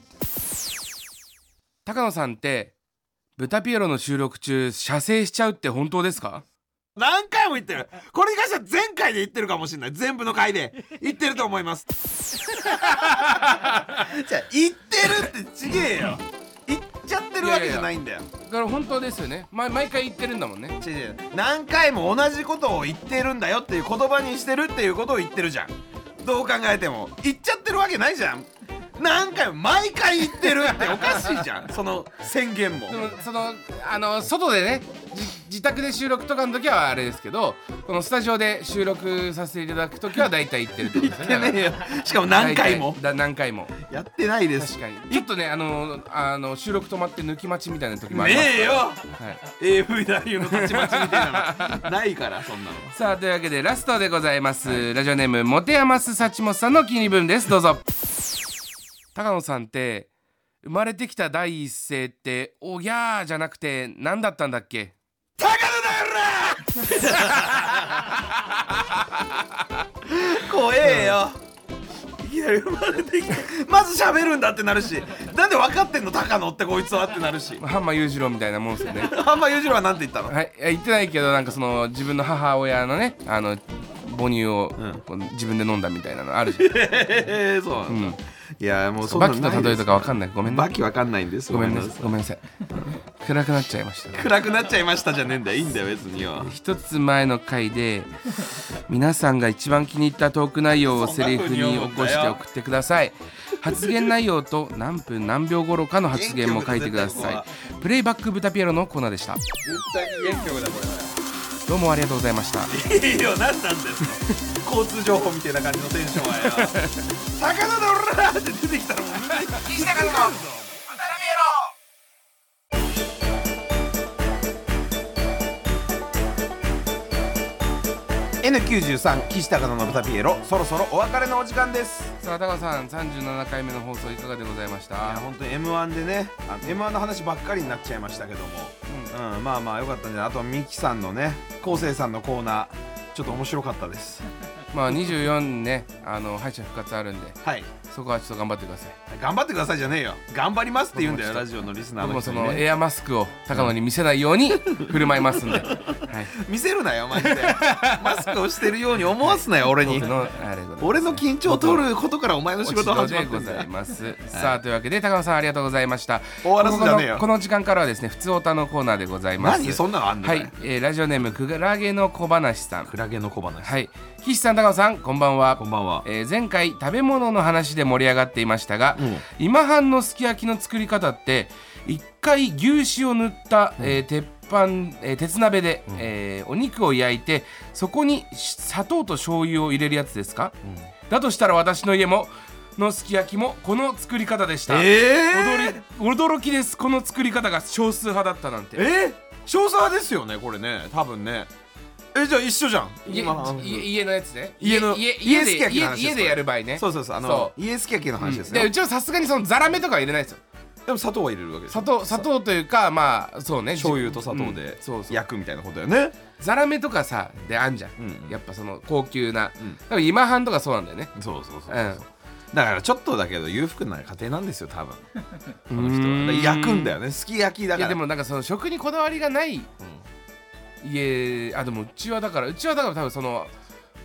S1: 高野さんって豚ピエロの収録中射精しちゃうって本当ですか
S2: 何回も言ってるこれに関しては前回で言ってるかもしれない全部の回で言ってると思います じゃあ言ってるってちげえよ言っちゃってるわけじゃないんだよ
S1: これ本当ですよね、ま、毎回言ってるんだもんね
S2: 違う違う何回も同じことを言ってるんだよっていう言葉にしてるっていうことを言ってるじゃんどう考えても言っちゃってるわけないじゃん何回も毎回言ってるっておかしいじゃんその宣言も
S1: でもそのあの外でねじ自宅で収録とかの時はあれですけどこのスタジオで収録させていただく時は大 体言ってるってことですよね
S2: 言ってねえよしかも何回も
S1: 大体だ何回も
S2: やってないです
S1: 確かにちょっとねあのあの収録止まって抜き待ちみたいな時もあ
S2: ね
S1: ります
S2: えよ
S1: から、はい、
S2: AV 男優のたちまちみたいなのないからそんなの
S1: さあというわけでラストでございます、ラジオネームモテヤマスサチモスさんの気に分ですどうぞ高野さんって生まれてきた第一声って「おぎゃー」じゃなくて何だったんだっけ
S2: 怖えよ、いきなり生まれてきてまず喋るんだってなるしなんで分かってんの高野ってこいつはってなるし
S1: ハンマー裕次郎みたいなもんですよね
S2: あんま裕次郎は何て言ったの
S1: はいいや言ってないけどなんかその自分の母親のねあの母乳を、こう自分で飲んだみたいなのあるじゃ
S2: ええそうなん
S1: ん、うん、
S2: だ、いやもうそんな
S1: バキ
S2: のな
S1: の
S2: いで
S1: 例
S2: す
S1: えとかわかんないごめんね
S2: バキわかんないんです
S1: ごめんな
S2: ごめん
S1: さい。ごめんなさい。暗くなっちゃいました、ね。
S2: 暗くなっちゃいましたじゃねえんだよいいんだよ別によ
S1: 一つ前の回で皆さんが一番気に入ったトーク内容をセリフに起こして送ってください発言内容と何分何秒頃かの発言も書いてくださいプレイバック豚ピエロのコーナーでした
S2: 絶対に元気だこれは
S1: どうもありがとうございました
S2: いいよ何なんですか交通情報みたいな感じのテンシ ョンはよ魚だおらーって出てきたらもうみんなに
S6: 岸田からの渡辺野郎
S2: 93岸高野の豚ピエロそろそろお別れのお時間です
S1: さあ高野さん37回目の放送いかがでございまし
S2: いや
S1: た
S2: 本当に m 1でねあの m 1の話ばっかりになっちゃいましたけども、うんまあまあよかったんじゃないあとミキさんのね昴生さんのコーナーちょっと面白かったです
S1: まあ24ねあの敗者復活あるんで
S2: はい
S1: そこはちょっと頑張ってください
S2: 頑張ってくださいじゃねえよ頑張りますって言うんだよ
S1: 僕も
S2: ラジオのリスナー
S1: 僕
S2: の
S1: も
S2: 人
S1: そ
S2: に、
S1: の
S2: ね、
S1: エアマスクを高野に見せないように振る舞いますんで、はい、
S2: 見せるなよマジでマスクをしてるように思わすなよ俺に
S1: 僕のあれでございます
S2: 俺の緊張を取ることからお前の仕事は始まって
S1: ご
S2: んだ
S1: ざい
S2: よ
S1: ます。さあというわけで高野さんありがとうございました。
S2: 終わらすんじゃねえよ
S1: このこの時間からはですね普通オタのコーナーでございます。
S2: 何そんなのあんの
S1: は
S2: か
S1: い、えーラジオネームくらげの小話さん。
S2: クラゲの小話
S1: はい、岸さん高野さんこんばんは。
S2: こんばんは
S1: えー前回食べ物の話で盛り上がっていましたが、今半のすき焼きの作り方って一回牛脂を塗った、えー鉄板、えー鉄鍋で、えーお肉を焼いてそこにし砂糖と醤油を入れるやつですか、だとしたら私の家ものすき焼きもこの作り方でした、
S2: えー、
S1: 驚り驚きですこの作り方が少数派だったなんて
S2: えー、少佐ですよねこれね多分ねえじゃあ一緒じゃん
S1: 家
S2: 今
S1: 家家のやつね
S2: 家の
S1: 家
S2: 家
S1: 家です
S2: き
S1: 家
S2: 焼きの話です
S1: 家でやる場合ね
S2: そうそうそうあ
S1: そ
S2: の家すき焼きの話です
S1: でう
S2: ね
S1: ちはさすがにそのザラメとかは入れないですよ
S2: でも砂糖は入れるわけです
S1: 砂糖砂糖というかまあそうね
S2: 醤油と砂糖
S1: う
S2: で
S1: んそうそう
S2: 焼くみたいなことだよね
S1: ザラメとかさであんじゃん、
S2: うんうん
S1: やっぱその高級な、
S2: ん
S1: 多分今半とかそうなんだよね
S2: そうそうそう
S1: うん
S2: だからちょっとだけど裕福な家庭なんですよ多分この人
S1: うー
S2: は
S1: ん
S2: だから焼くんだよねすき焼きだ
S1: い
S2: か
S1: や
S2: ら
S1: でもなんかその食にこだわりがない家あでもうちはだからうちはだから多分その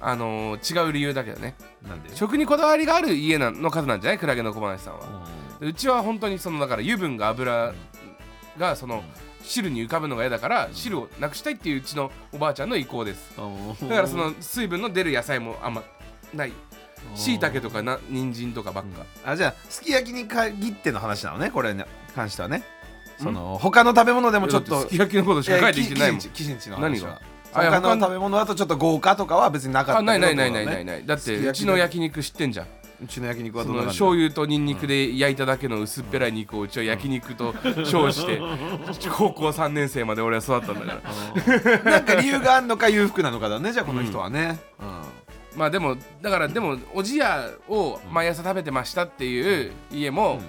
S1: あのー違う理由だけどね
S2: なんで
S1: 食にこだわりがある家なの数なんじゃないクラゲの小話さんは、うちは本当にそのだから油分が油がその汁に浮かぶのが嫌だから汁をなくしたいっていううちのおばあちゃんの意向ですだからその水分の出る野菜もあんまないしいたけとかな人参とかばっか、
S2: あじゃあすき焼きに限っての話なのねこれに関してはねその他の食べ物でもちょっ
S1: だて
S2: と
S1: すき焼きのことしか書いてきてないもん、
S2: えーききしんちきしんちの
S1: 何
S2: 話
S1: が
S2: は
S1: あいや
S2: 他の
S1: 他の
S2: 食べ物だとちょっと豪華とかは別になかった
S1: あ
S2: けど
S1: ないないないない
S2: って
S1: な
S2: ことだ
S1: い
S2: ね
S1: ないだっ
S2: すき
S1: て
S2: 焼き
S1: うちの焼肉知ってんじゃん
S2: うちの焼肉は
S1: そ
S2: どん
S1: の
S2: な感じ
S1: 醤油とニンニクで焼いただけの薄っぺらい肉をうちは焼肉と称して高校3年生まで俺は育ったんだから
S2: なんか理由があんのか裕福なのかだねじゃあこの人はね、うん
S1: まあでもだからでもおじやを毎朝食べてましたっていう家も、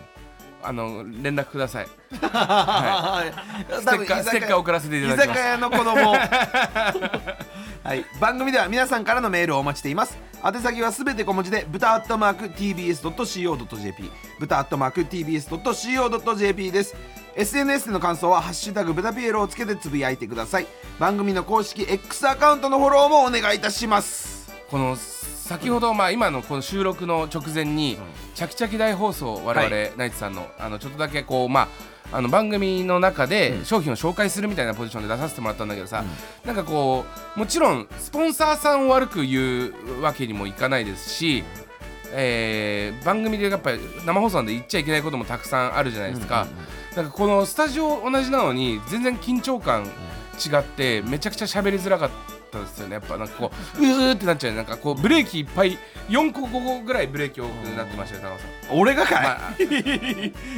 S1: あの連絡くださいス
S2: はい、
S1: テッカーステッカー送らせていただきま
S2: 居酒
S1: す
S2: 屋の子 供はい番組では皆さんからのメールをお待ちしています宛先はすべて小文字で豚アットマーク TBS.CO.JP 豚アットマーク TBS.CO.JP です SNS での感想は「ハッシュタグ豚ピエロ」をつけてつぶやいてください番組の公式 X アカウントのフォローもお願いいたします
S1: この先ほど、まあ、今のこの収録の直前に、チャキチャキ大放送我々、ナイツさんのあのちょっとだけこう、まあ、あの番組の中で商品を紹介するみたいなポジションで出させてもらったんだけどさ、なんかこうもちろんスポンサーさんを悪く言うわけにもいかないですし、えー番組でやっぱり生放送なんで言っちゃいけないこともたくさんあるじゃないですか。なんかこのスタジオ同じなのに全然緊張感違ってめちゃくちゃ喋りづらかったですよねやっぱなんかこううーってなっちゃうなんかこうブレーキいっぱい4個5個ぐらいブレーキ多くなってましたよ高野さん
S2: 俺がかい、
S1: まあ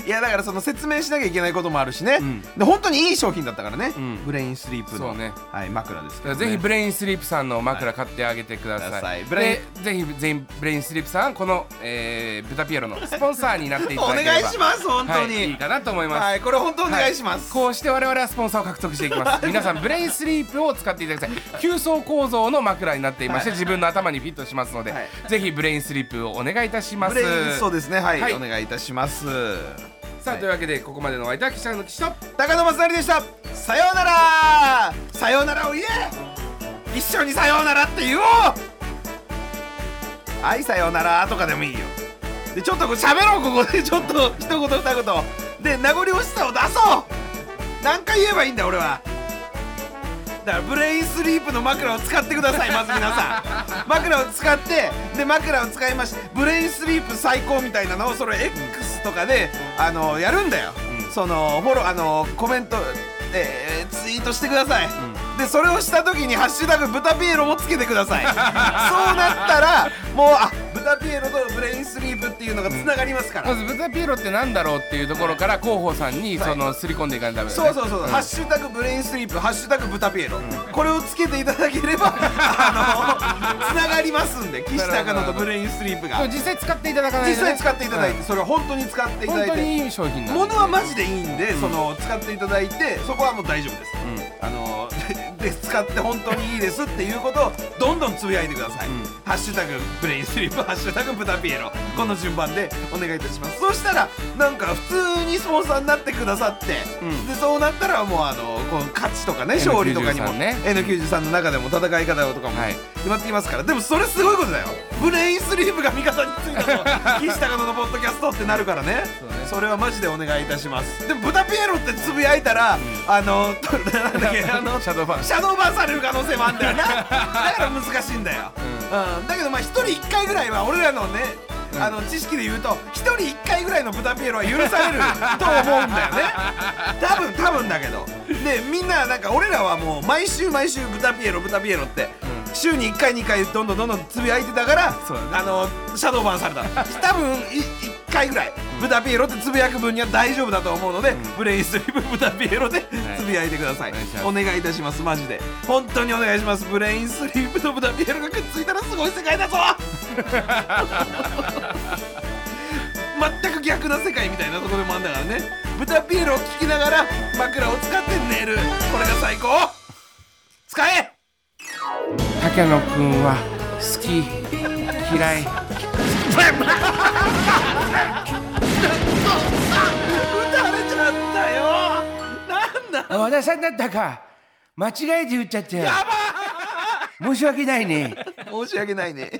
S2: いやだからその説明しなきゃいけないこともあるしね、
S1: うん
S2: で本当にいい商品だったからね、
S1: うん
S2: ブレインスリープ
S1: そ
S2: の、
S1: うね
S2: はい、枕ですけど、ね、
S1: ぜひブレインスリープさんの枕買ってあげてください,、
S2: ください
S1: で
S2: ブレ
S1: ぜひ全員ブレインスリープさんこの、えー、ブタピエロのスポンサーになってい
S2: お
S1: ただければ
S2: 願いします本当に、
S1: はい、いいかなと思います、
S2: はい、これ本当お願いします。
S1: こうして我々はスポンサーを獲得していきます皆さんブレインスリープを使っていただきたい9層構造の枕になっていまして、自分の頭にフィットしますので、
S2: はい
S1: ぜひブレインスリープをお願いいたします
S2: ブレインそうですね、はい、
S1: はい
S2: お願いいたします。
S1: さあというわけでここまでのお相手は記者の岸と
S2: 高野正成でした。さようなら。さようならを言え。一緒にさようならって言おう。はい、さようならとかでもいいよ。で、ちょっとこう喋ろう、ここで、ちょっと一言二言。で、名残惜しさを出そう。何回言えばいいんだ、俺は。だからブレインスリープの枕を使ってくださいまず皆さん枕を使ってで枕を使いましてブレインスリープ最高みたいなのをそれ X とかで、あのやるんだよ、そのフォローあのコメント、えーツイートしてください、でそれをした時に「ハッシュタグ豚ピエロ」もつけてくださいそうなったらもうあ豚ピエロとブレインスリープっていうのがつながりますから、
S1: まず豚ピエロってなんだろうっていうところから広報さんにそのすり込んでいかないとダメだよ
S2: そ
S1: ね
S2: うそうそう、
S1: ん
S2: ハッシュタグブレインスリープ、ハッシュタグ豚ピエロ、これをつけていただければ、 あの、つながりますんで、岸高野とブレインスリープ
S1: で
S2: が
S1: も。実際使っていただかない
S2: 実
S1: とね
S2: 際使っていただいて、それを本当に使っていただ
S1: 本
S2: い
S1: 当
S2: て。
S1: にいい商品なんで
S2: ものはマジでいいんで、その使っていただいて、そこはもう大丈夫です。あの、 で、使って本当にいいですっていうことを、どんどんつぶやいてください。ハッシュタグブレインスリープ、ハッシュタグ豚ピエロ、この順番でお願いいたします。そしたら、なんか普通にスポンサーになってくださって、で、そうなったら、もうあの、この勝ちとかね、勝利とかにも、
S1: N93 ね
S2: N93 の中でも戦い方とかも
S1: はい
S2: 決まってきますから、でもそれすごいことだよ。ブレインスリープが味方についた の、岸高野のポッドキャストってなるからね。
S1: そうね
S2: それはマジでお願いいたしますでも豚ピエロってつぶやいたら、あの となんだっけあの
S1: シャドーバン
S2: シャドーバンされる可能性もあんだよなだから難しいんだよ、うんだけどまあ一人一回ぐらいは俺らのね、あの知識で言うと一人一回ぐらいの豚ピエロは許されると思うんだよね多分多分だけどでみんななんか俺らはもう毎週毎週豚ピエロ豚ピエロって、週に1回2回どんどんどんどんつぶやいてたから、
S1: そうだね
S2: あのシャドーバンされた 多分い1回ぐらい豚ピエロってつぶやく分には大丈夫だと思うので、ブレインスリープ豚ピエロでつぶやいてください、
S1: お願いします
S2: お願いいたしますマジで本当にお願いしますブレインスリープと豚ピエロがくっついたらすごい世界だ ぞ全く逆な世界みたいなところもあんだからね豚ピエロを聞きながら枕を使って寝るこれが最高使え
S1: 竹野くんは好き嫌い
S2: 打たれちゃったよなんだ
S1: 和田さんだったか間違えて言っちゃって申し訳ないね
S2: 申し訳ないね